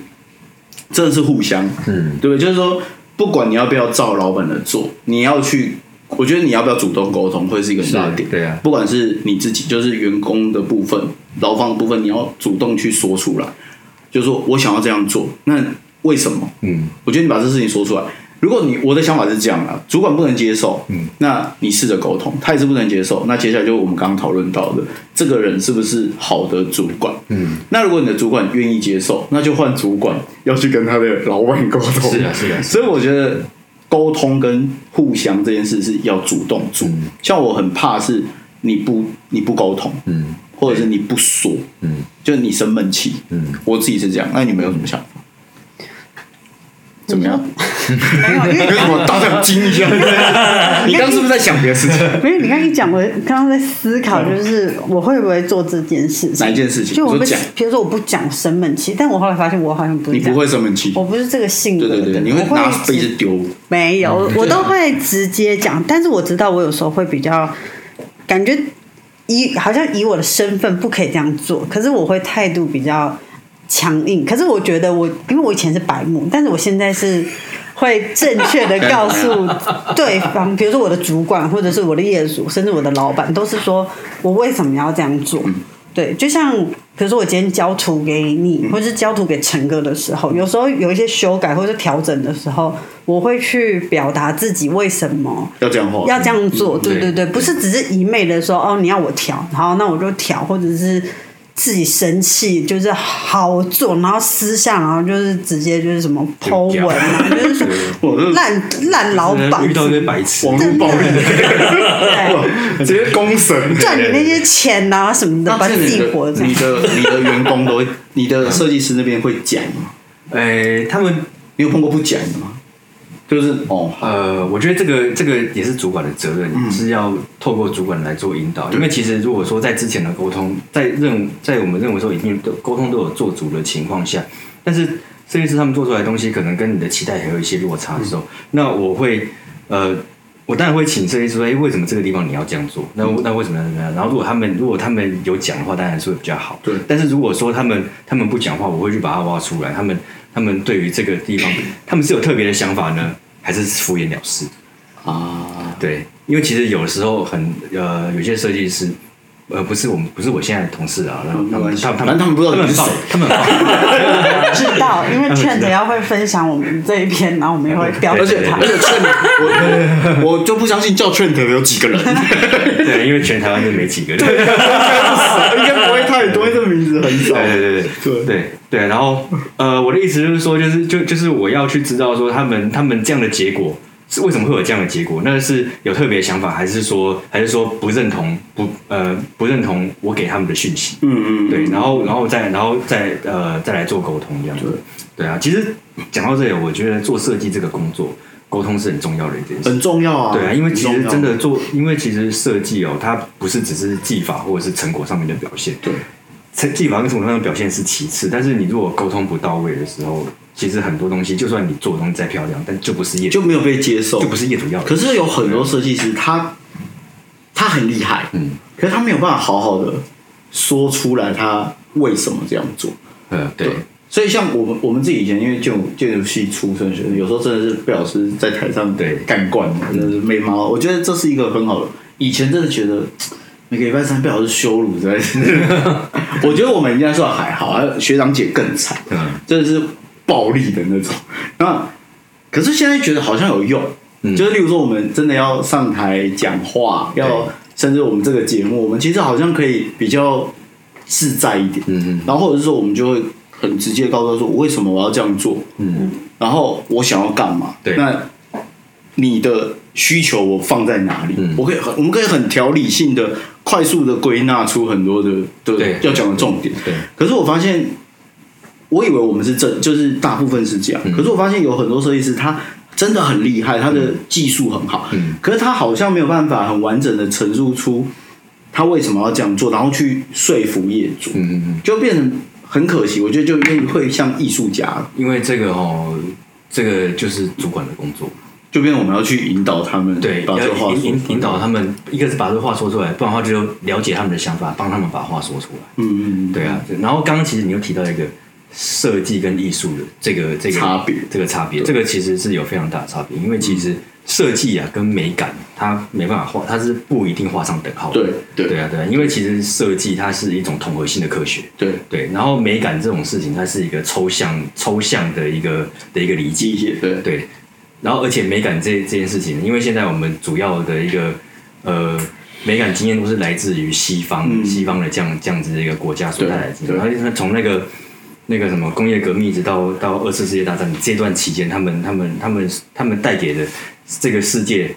Speaker 5: 真的是互相，嗯，对不对？就是说，不管你要不要照老板的做，你要去。我觉得你要不要主动沟通，会是一个很大的点。
Speaker 6: 对啊
Speaker 5: 不管是你自己，就是员工的部分、劳方的部分，你要主动去说出来。就是说我想要这样做，那为什么？
Speaker 6: 嗯，
Speaker 5: 我觉得你把这事情说出来。如果你我的想法是这样啊，主管不能接受，嗯，那你试着沟通，他也是不能接受。那接下来就我们刚刚讨论到的，这个人是不是好的主管？嗯，那如果你的主管愿意接受，那就换主管要去跟他的老板沟通。
Speaker 6: 是啊，是啊，
Speaker 5: 所以我觉得沟通跟互相这件事是要主动做。像我很怕是你不你不沟通，嗯，或者是你不说，嗯，就是 你生闷气，嗯，我自己是这样。那你们有什么想法？怎么样？
Speaker 1: 没有，因为
Speaker 9: 为什么大家惊一 下？
Speaker 5: 你刚刚是不是在想别的事情？
Speaker 1: 没有，你刚一讲，我刚刚在思考，就是我会不会做这件事情？
Speaker 5: 哪一件事情
Speaker 1: 就我
Speaker 5: 你
Speaker 1: 不
Speaker 5: 说讲，
Speaker 1: 比如说我不讲生闷气，但我后来发现我好像不是
Speaker 5: 你
Speaker 1: 这样
Speaker 5: 不会生闷气
Speaker 1: 我，不是这个性格
Speaker 5: 对
Speaker 1: 的
Speaker 5: 对
Speaker 1: 人，
Speaker 5: 对，你会
Speaker 1: 我
Speaker 5: 拿
Speaker 1: 直
Speaker 5: 杯子丢，
Speaker 1: 没有，
Speaker 5: 嗯
Speaker 1: 我都会直接讲，但是我知道我有时候会比较感觉以好像以我的身份不可以这样做，可是我会态度比较强硬。可是我觉得我因为我以前是白目，但是我现在是。会正确的告诉对方，比如说我的主管，或者是我的业主，甚至我的老板，都是说我为什么要这样做。对，就像比如说我今天交图给你，或者是交图给陈哥的时候，有时候有一些修改或者调整的时候，我会去表达自己为什么
Speaker 5: 要这样话，
Speaker 1: 要这样
Speaker 5: 嗯
Speaker 1: 做。对对对，
Speaker 2: 对
Speaker 1: 不是只是一昧的说哦，你要我调，好，那我就调，或者是自己生气，就是好我做，然后私下，然后就是直接就是什么剖文啊，就是说
Speaker 5: 我这
Speaker 1: 烂烂老板
Speaker 6: 遇到一堆白痴，
Speaker 9: 网络暴 力，直接公审。
Speaker 1: 赚你那些钱啊什么的，把
Speaker 5: 那
Speaker 1: 自
Speaker 5: 哦你
Speaker 1: 己
Speaker 5: 的
Speaker 1: 活着。
Speaker 5: 你的你的员工都会， 你的设计师那边会讲吗？
Speaker 6: 哎，他们
Speaker 5: 你有碰过不讲的吗？就是哦，
Speaker 6: 呃，我觉得这个这个也是主管的责任，是要透过主管来做引导。因为其实如果说在之前的沟通，在任务在我们认为说已经都沟通都有做足的情况下，但是设计师他们做出来的东西可能跟你的期待还有一些落差的时候，那我会呃。我当然会请设计师说：“哎，为什么这个地方你要这样做？那我那为什么要怎么样？然后如果他们如果他们有讲的话，当然是会比较好。
Speaker 5: 对
Speaker 6: 但是如果说他们他们不讲话，我会去把它挖出来。他们他们对于这个地 方，他们是有特别的想法呢，还是敷衍了事？
Speaker 5: 啊，
Speaker 6: 对，因为其实有的时候很呃，有些设计师。呃，不是我们，不是我现在的同事啊，然后
Speaker 5: 嗯
Speaker 6: 他
Speaker 5: 没关
Speaker 6: 们，
Speaker 5: 系
Speaker 6: 他们，他们，
Speaker 5: 反正他们不知道
Speaker 6: 他们
Speaker 5: 你
Speaker 6: 很
Speaker 5: 是
Speaker 6: 棒
Speaker 5: 谁，
Speaker 6: 他们很 棒，
Speaker 1: 知道，
Speaker 5: 啊
Speaker 1: 因为劝着要会分享我们这一篇，然后我们也会标
Speaker 6: 对
Speaker 1: 准
Speaker 6: 对对
Speaker 1: 他
Speaker 5: 而。且劝我，我就不相信叫劝的有几个人，
Speaker 6: 对，因为全台湾就没几个，对，
Speaker 5: 应该不会太多，这名字很少。
Speaker 6: 对对对
Speaker 5: 对
Speaker 6: 对对，然后呃，我的意思就是说，就是就就是我要去知道说他们他们这样的结果是为什么会有这样的结果？那是有特别想法，还是说还是说不认同不呃不认同我给他们的讯息？
Speaker 5: 嗯嗯，
Speaker 6: 对，然后然后再然后再呃再来做沟通这样子。对啊，其实讲到这里，我觉得做设计这个工作，沟通是很重要的一件事。
Speaker 5: 很重要啊。
Speaker 6: 对啊，因为其
Speaker 5: 很
Speaker 6: 实
Speaker 5: 重要
Speaker 6: 真的做，因为其实设计哦，它不是只是技法或者是成果上面的表现。
Speaker 5: 对，
Speaker 6: 成技法跟成果上的表现是其次，但是你如果沟通不到位的时候，其实很多东西，就算你做的东西再漂亮，但就不是业
Speaker 5: 就
Speaker 6: 主
Speaker 5: 没有被接受，
Speaker 6: 就不是业主要的。
Speaker 5: 可是有很多设计师，他他很厉害，
Speaker 6: 嗯
Speaker 5: 可是他没有办法好好的说出来他为什么这样做。
Speaker 6: 呃，对，
Speaker 5: 所以像我们我们自己以前因为建筑建筑系出身学生，有时候真的是被老师在台上
Speaker 6: 对
Speaker 5: 干惯了，真的是被骂。我觉得这是一个很好的，以前真的觉得嗯每个礼拜三被老师羞辱，真的是。 我觉得我们应该算还好，还有学长姐更惨，
Speaker 6: 嗯
Speaker 5: 真的是暴力的那种。那可是现在觉得好像有用，
Speaker 6: 嗯
Speaker 5: 就是例如说我们真的要上台讲话，要甚至我们这个节目，我们其实好像可以比较自在一点。
Speaker 6: 嗯
Speaker 5: 然后或者是说我们就会很直接告诉他说，我为什么我要这样做，
Speaker 6: 嗯
Speaker 5: 然后我想要干嘛。
Speaker 6: 对
Speaker 5: 那你的需求我放在哪里？
Speaker 6: 嗯
Speaker 5: 我可以很，我们可以很条理性的、快速的归纳出很多的的
Speaker 6: 对
Speaker 5: 要讲的重点。
Speaker 6: 对，
Speaker 5: 可是我发现，我以为我们是正，就是大部分是这样。
Speaker 6: 嗯
Speaker 5: 可是我发现有很多设计师他。真的很厉害，他的技术很好，
Speaker 6: 嗯
Speaker 5: 可是他好像没有办法很完整的陈述出他为什么要这样做，然后去说服业主。
Speaker 6: 嗯嗯嗯，
Speaker 5: 就变成很可惜。我觉得就变会像艺术家，
Speaker 6: 因为这个哦，这个就是主管的工作。
Speaker 5: 就变成我们要去引导他们，
Speaker 6: 对，
Speaker 5: 把这个
Speaker 6: 要
Speaker 5: 话
Speaker 6: 引
Speaker 5: 说
Speaker 6: 引
Speaker 5: 出来
Speaker 6: 引导他们，一个是把这个话说出来，不然的话就了解他们的想法，帮他们把话说出来。
Speaker 5: 嗯嗯，嗯
Speaker 6: 对，啊，对然后刚刚其实你又提到一个设计跟艺术的这个这个
Speaker 5: 差别
Speaker 6: 这个差别，这个其实是有非常大的差别，因为其实设计啊跟美感它没办法画，它是不一定画上等号的。
Speaker 5: 对对
Speaker 6: 对啊对啊，因为其实设计它是一种统合性的科学。
Speaker 5: 对，
Speaker 6: 对，然后美感这种事情，它是一个抽象抽象的一个的一个理解
Speaker 5: 机，械对
Speaker 6: 对，然后而且美感这这件事情，因为现在我们主要的一个呃美感经验都是来自于西方、
Speaker 5: 嗯
Speaker 6: 西方的这样这样子的一个国家所带来的经验，
Speaker 5: 对
Speaker 6: 然后就是从那个那个什么工业革命一直到到二次世界大战这段期间，他们他们他们他们带给的这个世界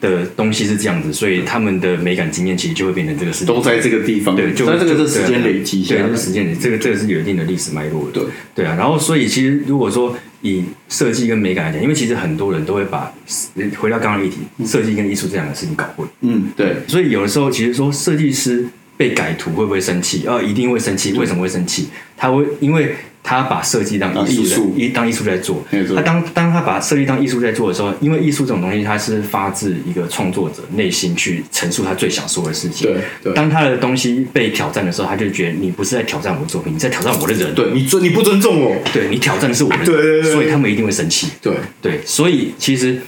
Speaker 6: 的东西是这样子，所以他们的美感经验其实就会变成这个事情
Speaker 5: 都在这个地方，
Speaker 6: 对，就
Speaker 5: 在这个
Speaker 6: 就是
Speaker 5: 时间累积下
Speaker 6: 对，
Speaker 5: 来
Speaker 6: 这是时间累积，这个这个是有一定的历史脉络的，
Speaker 5: 对
Speaker 6: 对啊。然后，所以其实如果说以设计跟美感来讲，因为其实很多人都会把回到刚刚的议题，设计跟艺术这两个事情搞混，
Speaker 5: 嗯，对，
Speaker 6: 所以有的时候其实说设计师被改图会不会生气？啊，一定会生气。为什么会生气？他会因为他把设计当艺
Speaker 5: 当艺
Speaker 6: 术
Speaker 5: 术
Speaker 6: 在，一当艺术在做。
Speaker 5: 没错
Speaker 6: 他当当他把设计当艺术在做的时候，因为艺术这种东西，它是发自一个创作者内心去陈述他最想说的事情。
Speaker 5: 对对
Speaker 6: 当他的东西被挑战的时候，他就觉得你不是在挑战我的作品，你在挑战我的人。
Speaker 5: 对你尊你不尊重我，
Speaker 6: 对，你挑战的是我的人，
Speaker 5: 对对对
Speaker 6: 所以他们一定会生气。
Speaker 5: 对，
Speaker 6: 对，所以其实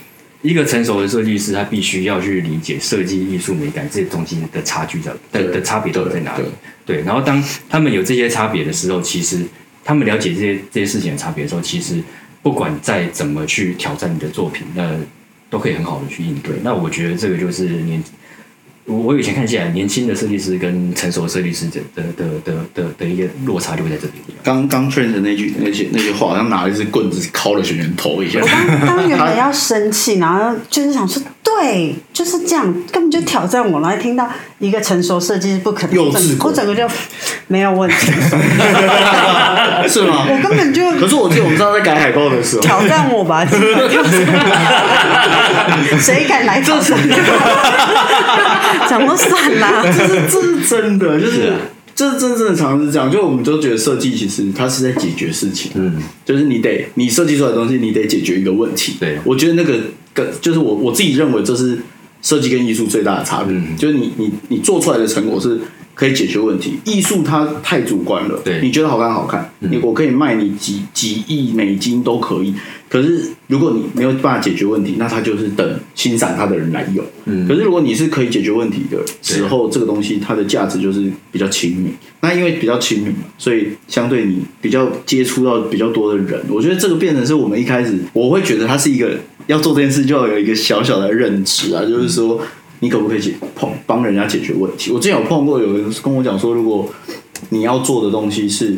Speaker 6: 一个成熟的设计师，他必须要去理解设计、艺术、美感这些东西的差距在的
Speaker 5: 对
Speaker 6: 的差别到底在哪里
Speaker 5: 对。
Speaker 6: 对，然后当他们有这些差别的时候，其实他们了解这些这些事情的差别的时候，其实不管再怎么去挑战你的作品，那都可以很好的去应对。那我觉得这个就是年。我我以前看起来，年轻的设计师跟成熟的设计师的的的的的的一个落差就会在这里。
Speaker 5: 刚刚 t r 的那句那句那句话，好像拿了一支棍子敲了璇璇头一下
Speaker 1: 我。刚 刚原本要生气，然后就是想说，对，就是这样，根本就挑战我。然后听到一个成熟设计师不可能，
Speaker 5: 幼
Speaker 1: 我整
Speaker 5: 稚
Speaker 1: 个
Speaker 5: 狗
Speaker 1: 我整个就没有问 题，
Speaker 5: 是吗？
Speaker 1: 我根本就
Speaker 5: 可是我记得我们上次在改海报的 时候，
Speaker 1: 挑战我吧，真的挑战我谁敢来挑 战我？怎么算啦？
Speaker 5: 这是这是真的，就是是
Speaker 6: 啊
Speaker 5: 这真正的常常是这样，就我们都觉得设计其实它是在解决事情，嗯，就是你得你设计出来的东西，你得解决一个问题。
Speaker 6: 对
Speaker 5: 我觉得那个跟就是我我自己认为这是设计跟艺术最大的差别，
Speaker 6: 嗯
Speaker 5: 就是你你你做出来的成果是。可以解决问题，艺术它太主观了。
Speaker 6: 对嗯
Speaker 5: 你觉得好看好看，你我可以卖你几几亿美金都可以。可是如果你没有办法解决问题，那它就是等欣赏它的人来用。可是如果你是可以解决问题的时候，这个东西它的价值就是比较亲民。那因为比较亲民嘛，所以相对你比较接触到比较多的人，我觉得这个变成是我们一开始我会觉得它是一个要做这件事就要有一个小小的认知啊，就是说你可不可以解碰帮人家解决问题？我之前有碰过有人跟我讲说，如果你要做的东西是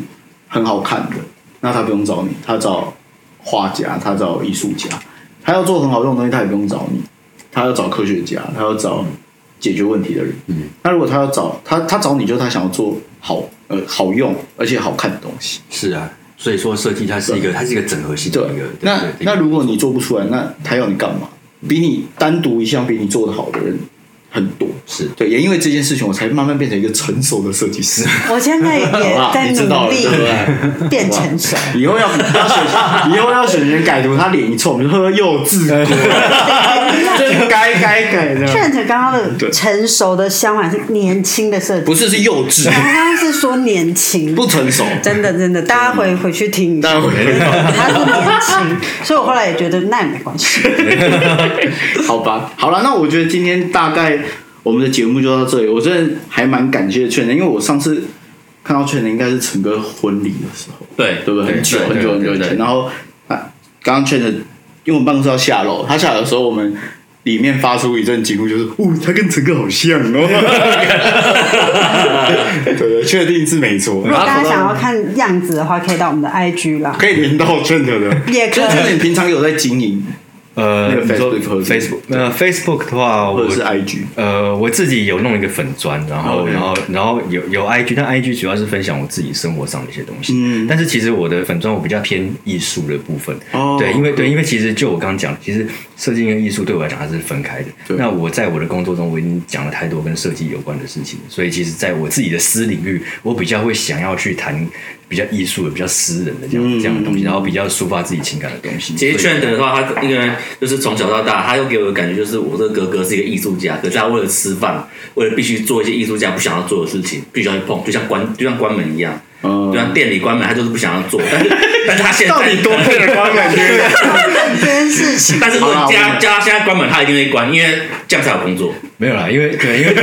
Speaker 5: 很好看的，那他不用找你，他找画家，他找艺术家，他要做很好用的东西，他也不用找你。他要找科学家，他要找解决问题的人。嗯，那如果他要找他，他找你就是他想要做好呃好用而且好看的东西。
Speaker 6: 是啊，所以说设计它是一个它是一个整合性的
Speaker 5: 对
Speaker 6: 一个。，
Speaker 5: 那
Speaker 6: 对对对
Speaker 5: 那如果你做不出来，那他要你干嘛？比你单独一项比你做的好的人很多。
Speaker 6: 是
Speaker 5: 对，也因为这件事情，我才慢慢变成一个成熟的设计师。
Speaker 1: 我现在 也
Speaker 5: 好吧
Speaker 1: 在
Speaker 5: 你知道
Speaker 1: 努
Speaker 5: 了
Speaker 1: 力
Speaker 5: 对不 对
Speaker 1: 变成熟。
Speaker 5: 以后要要选，以后要选人改图，他脸一臭，我们就说幼稚， 这该该改的。
Speaker 1: Trent 刚刚的成熟的相反是年轻的设计，
Speaker 5: 不是是幼稚，
Speaker 1: 他刚刚是说年轻，
Speaker 5: 不成熟。
Speaker 1: 真的真的，大家回回去听一下
Speaker 5: 大。家会
Speaker 1: 他是年轻，所以我后来也觉得那也没关 系。
Speaker 5: 好吧，好了，那我觉得今天大概我们的节目就到这里。我真的还蛮感谢劝的，因为我上次看到劝的应该是陈哥婚礼的时候，
Speaker 2: 对
Speaker 5: 对不对？很久
Speaker 2: 对
Speaker 5: 很久很久
Speaker 2: 对
Speaker 5: 以
Speaker 2: 对
Speaker 5: 前。然后啊，刚刚劝的，因为我们办公室要下楼，他下楼的时候，我们里面发出一阵惊呼，就是“哦，他跟陈哥好像 哦”对。对对，确定是没错。
Speaker 1: 如果大家想要看样子的话，可以到我们的 IG 啦，
Speaker 5: 可以连到劝的的，
Speaker 1: 也可
Speaker 5: 就是劝的
Speaker 1: 以。
Speaker 5: 你平常有在经营，
Speaker 6: 呃
Speaker 5: 那个
Speaker 6: 你说
Speaker 5: Facebook 或者是
Speaker 6: Facebook 呃 Facebook 的话，
Speaker 5: 或
Speaker 6: 我
Speaker 5: 者是 IG。
Speaker 6: 呃我自己有弄一个粉砖，然后
Speaker 5: OK
Speaker 6: 然后然后有有 IG，但 IG 主要是分享我自己生活上的一些东西。
Speaker 5: 嗯
Speaker 6: 但是其实我的粉砖我比较偏艺术的部分。
Speaker 5: 哦
Speaker 6: 对，因为对，因为其实就我刚刚讲，其实设计跟艺术对我来讲它是分开的。
Speaker 5: 对
Speaker 6: 那我在我的工作中，我已经讲了太多跟设计有关的事情，所以其实在我自己的私领域，我比较会想要去谈比较艺术的、比较私人的这样、
Speaker 5: 嗯
Speaker 6: 这样的东西，然后比较抒发自己情感的东西。
Speaker 2: 其实
Speaker 6: 所以
Speaker 2: 圈等的话，他因为就是从小到大，他又给我的感觉就是我这个哥哥是一个艺术家，可是他为了吃饭，为了必须做一些艺术家不想要做的事情，必须要去碰，就像关就像关门一样，
Speaker 5: 嗯
Speaker 2: 就像店里关门，他就是不想要做，但是 但是他现在
Speaker 5: 到底多配了观感觉？
Speaker 1: 这件事情，
Speaker 2: 但是如
Speaker 5: 好啦
Speaker 2: 果
Speaker 5: 我
Speaker 2: 家
Speaker 5: 们
Speaker 2: 家现在关门，他一定会关，因为这样才有工 作。
Speaker 6: 没有啦，因为对，因为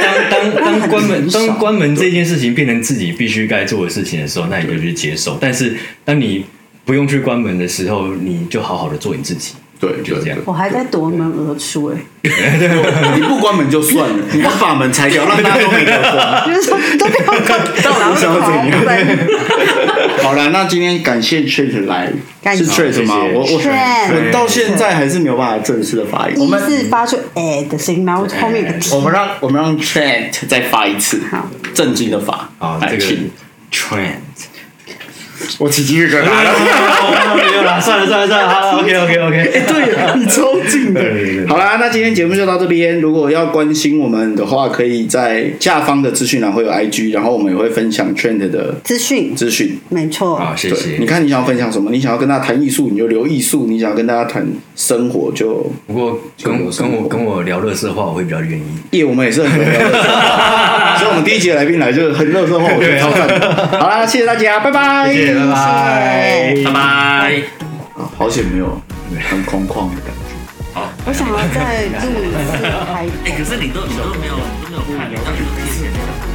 Speaker 6: 当当当关门当关门这件事情变成自己必须该做的事情的时候，那你就去接受。但是当你不用去关门的时候，你就好好的做你自己。
Speaker 5: 对，
Speaker 6: 就
Speaker 5: 对
Speaker 6: 这样。
Speaker 1: 我还在夺门而出哎、
Speaker 5: 对你不关门就算了，你还把门拆掉，让大家都没得关。
Speaker 1: 就是说都不要管，
Speaker 5: 到底想要 怎样
Speaker 1: 对
Speaker 5: 好了，那今天感谢 Trait 来，
Speaker 1: 感谢
Speaker 5: 是 Trait 吗？我我
Speaker 1: Trait
Speaker 5: 我到现在还是没有办法正式的发音。我们
Speaker 1: 一是发出哎的声音，然后后面有个 t，
Speaker 5: 我们让我们让 Trait 再发一次，
Speaker 1: 好，
Speaker 5: 正经的发。
Speaker 6: 好
Speaker 5: 来
Speaker 6: 这个
Speaker 5: 请
Speaker 3: Trend
Speaker 9: 我起鸡皮疙瘩了。
Speaker 6: 啊 没有啦，算了算了算了， 好，OK OK OK。
Speaker 5: 哦对啊你超近的
Speaker 6: 对对对。
Speaker 5: 好啦，那今天节目就到这边。如果要关心我们的话，可以在下方的资讯栏会有 IG，然后我们也会分享 Trend 的
Speaker 1: 资讯，
Speaker 5: 资讯。
Speaker 1: 没错，
Speaker 6: 好，谢
Speaker 5: 对，
Speaker 6: 谢
Speaker 5: 你。看你想要分享什么？你想要跟大家谈艺术，你就聊艺术；你想要跟大家谈生活，就
Speaker 6: 不过跟跟我跟我聊乐色话，我会比较愿意。
Speaker 5: 耶，我们也是 很热色，
Speaker 2: 哎
Speaker 5: 所以我们第一集的来宾来就是很热色话，我 觉得超赞的。好啦，谢谢大家，拜拜。
Speaker 6: 谢谢，拜拜。
Speaker 1: 谢谢
Speaker 2: 拜拜。
Speaker 5: 啊好险没有很空旷的感觉。
Speaker 1: 我想要再录一次开头
Speaker 2: 哎、可是你都你都没有都没有看，你到底是几点？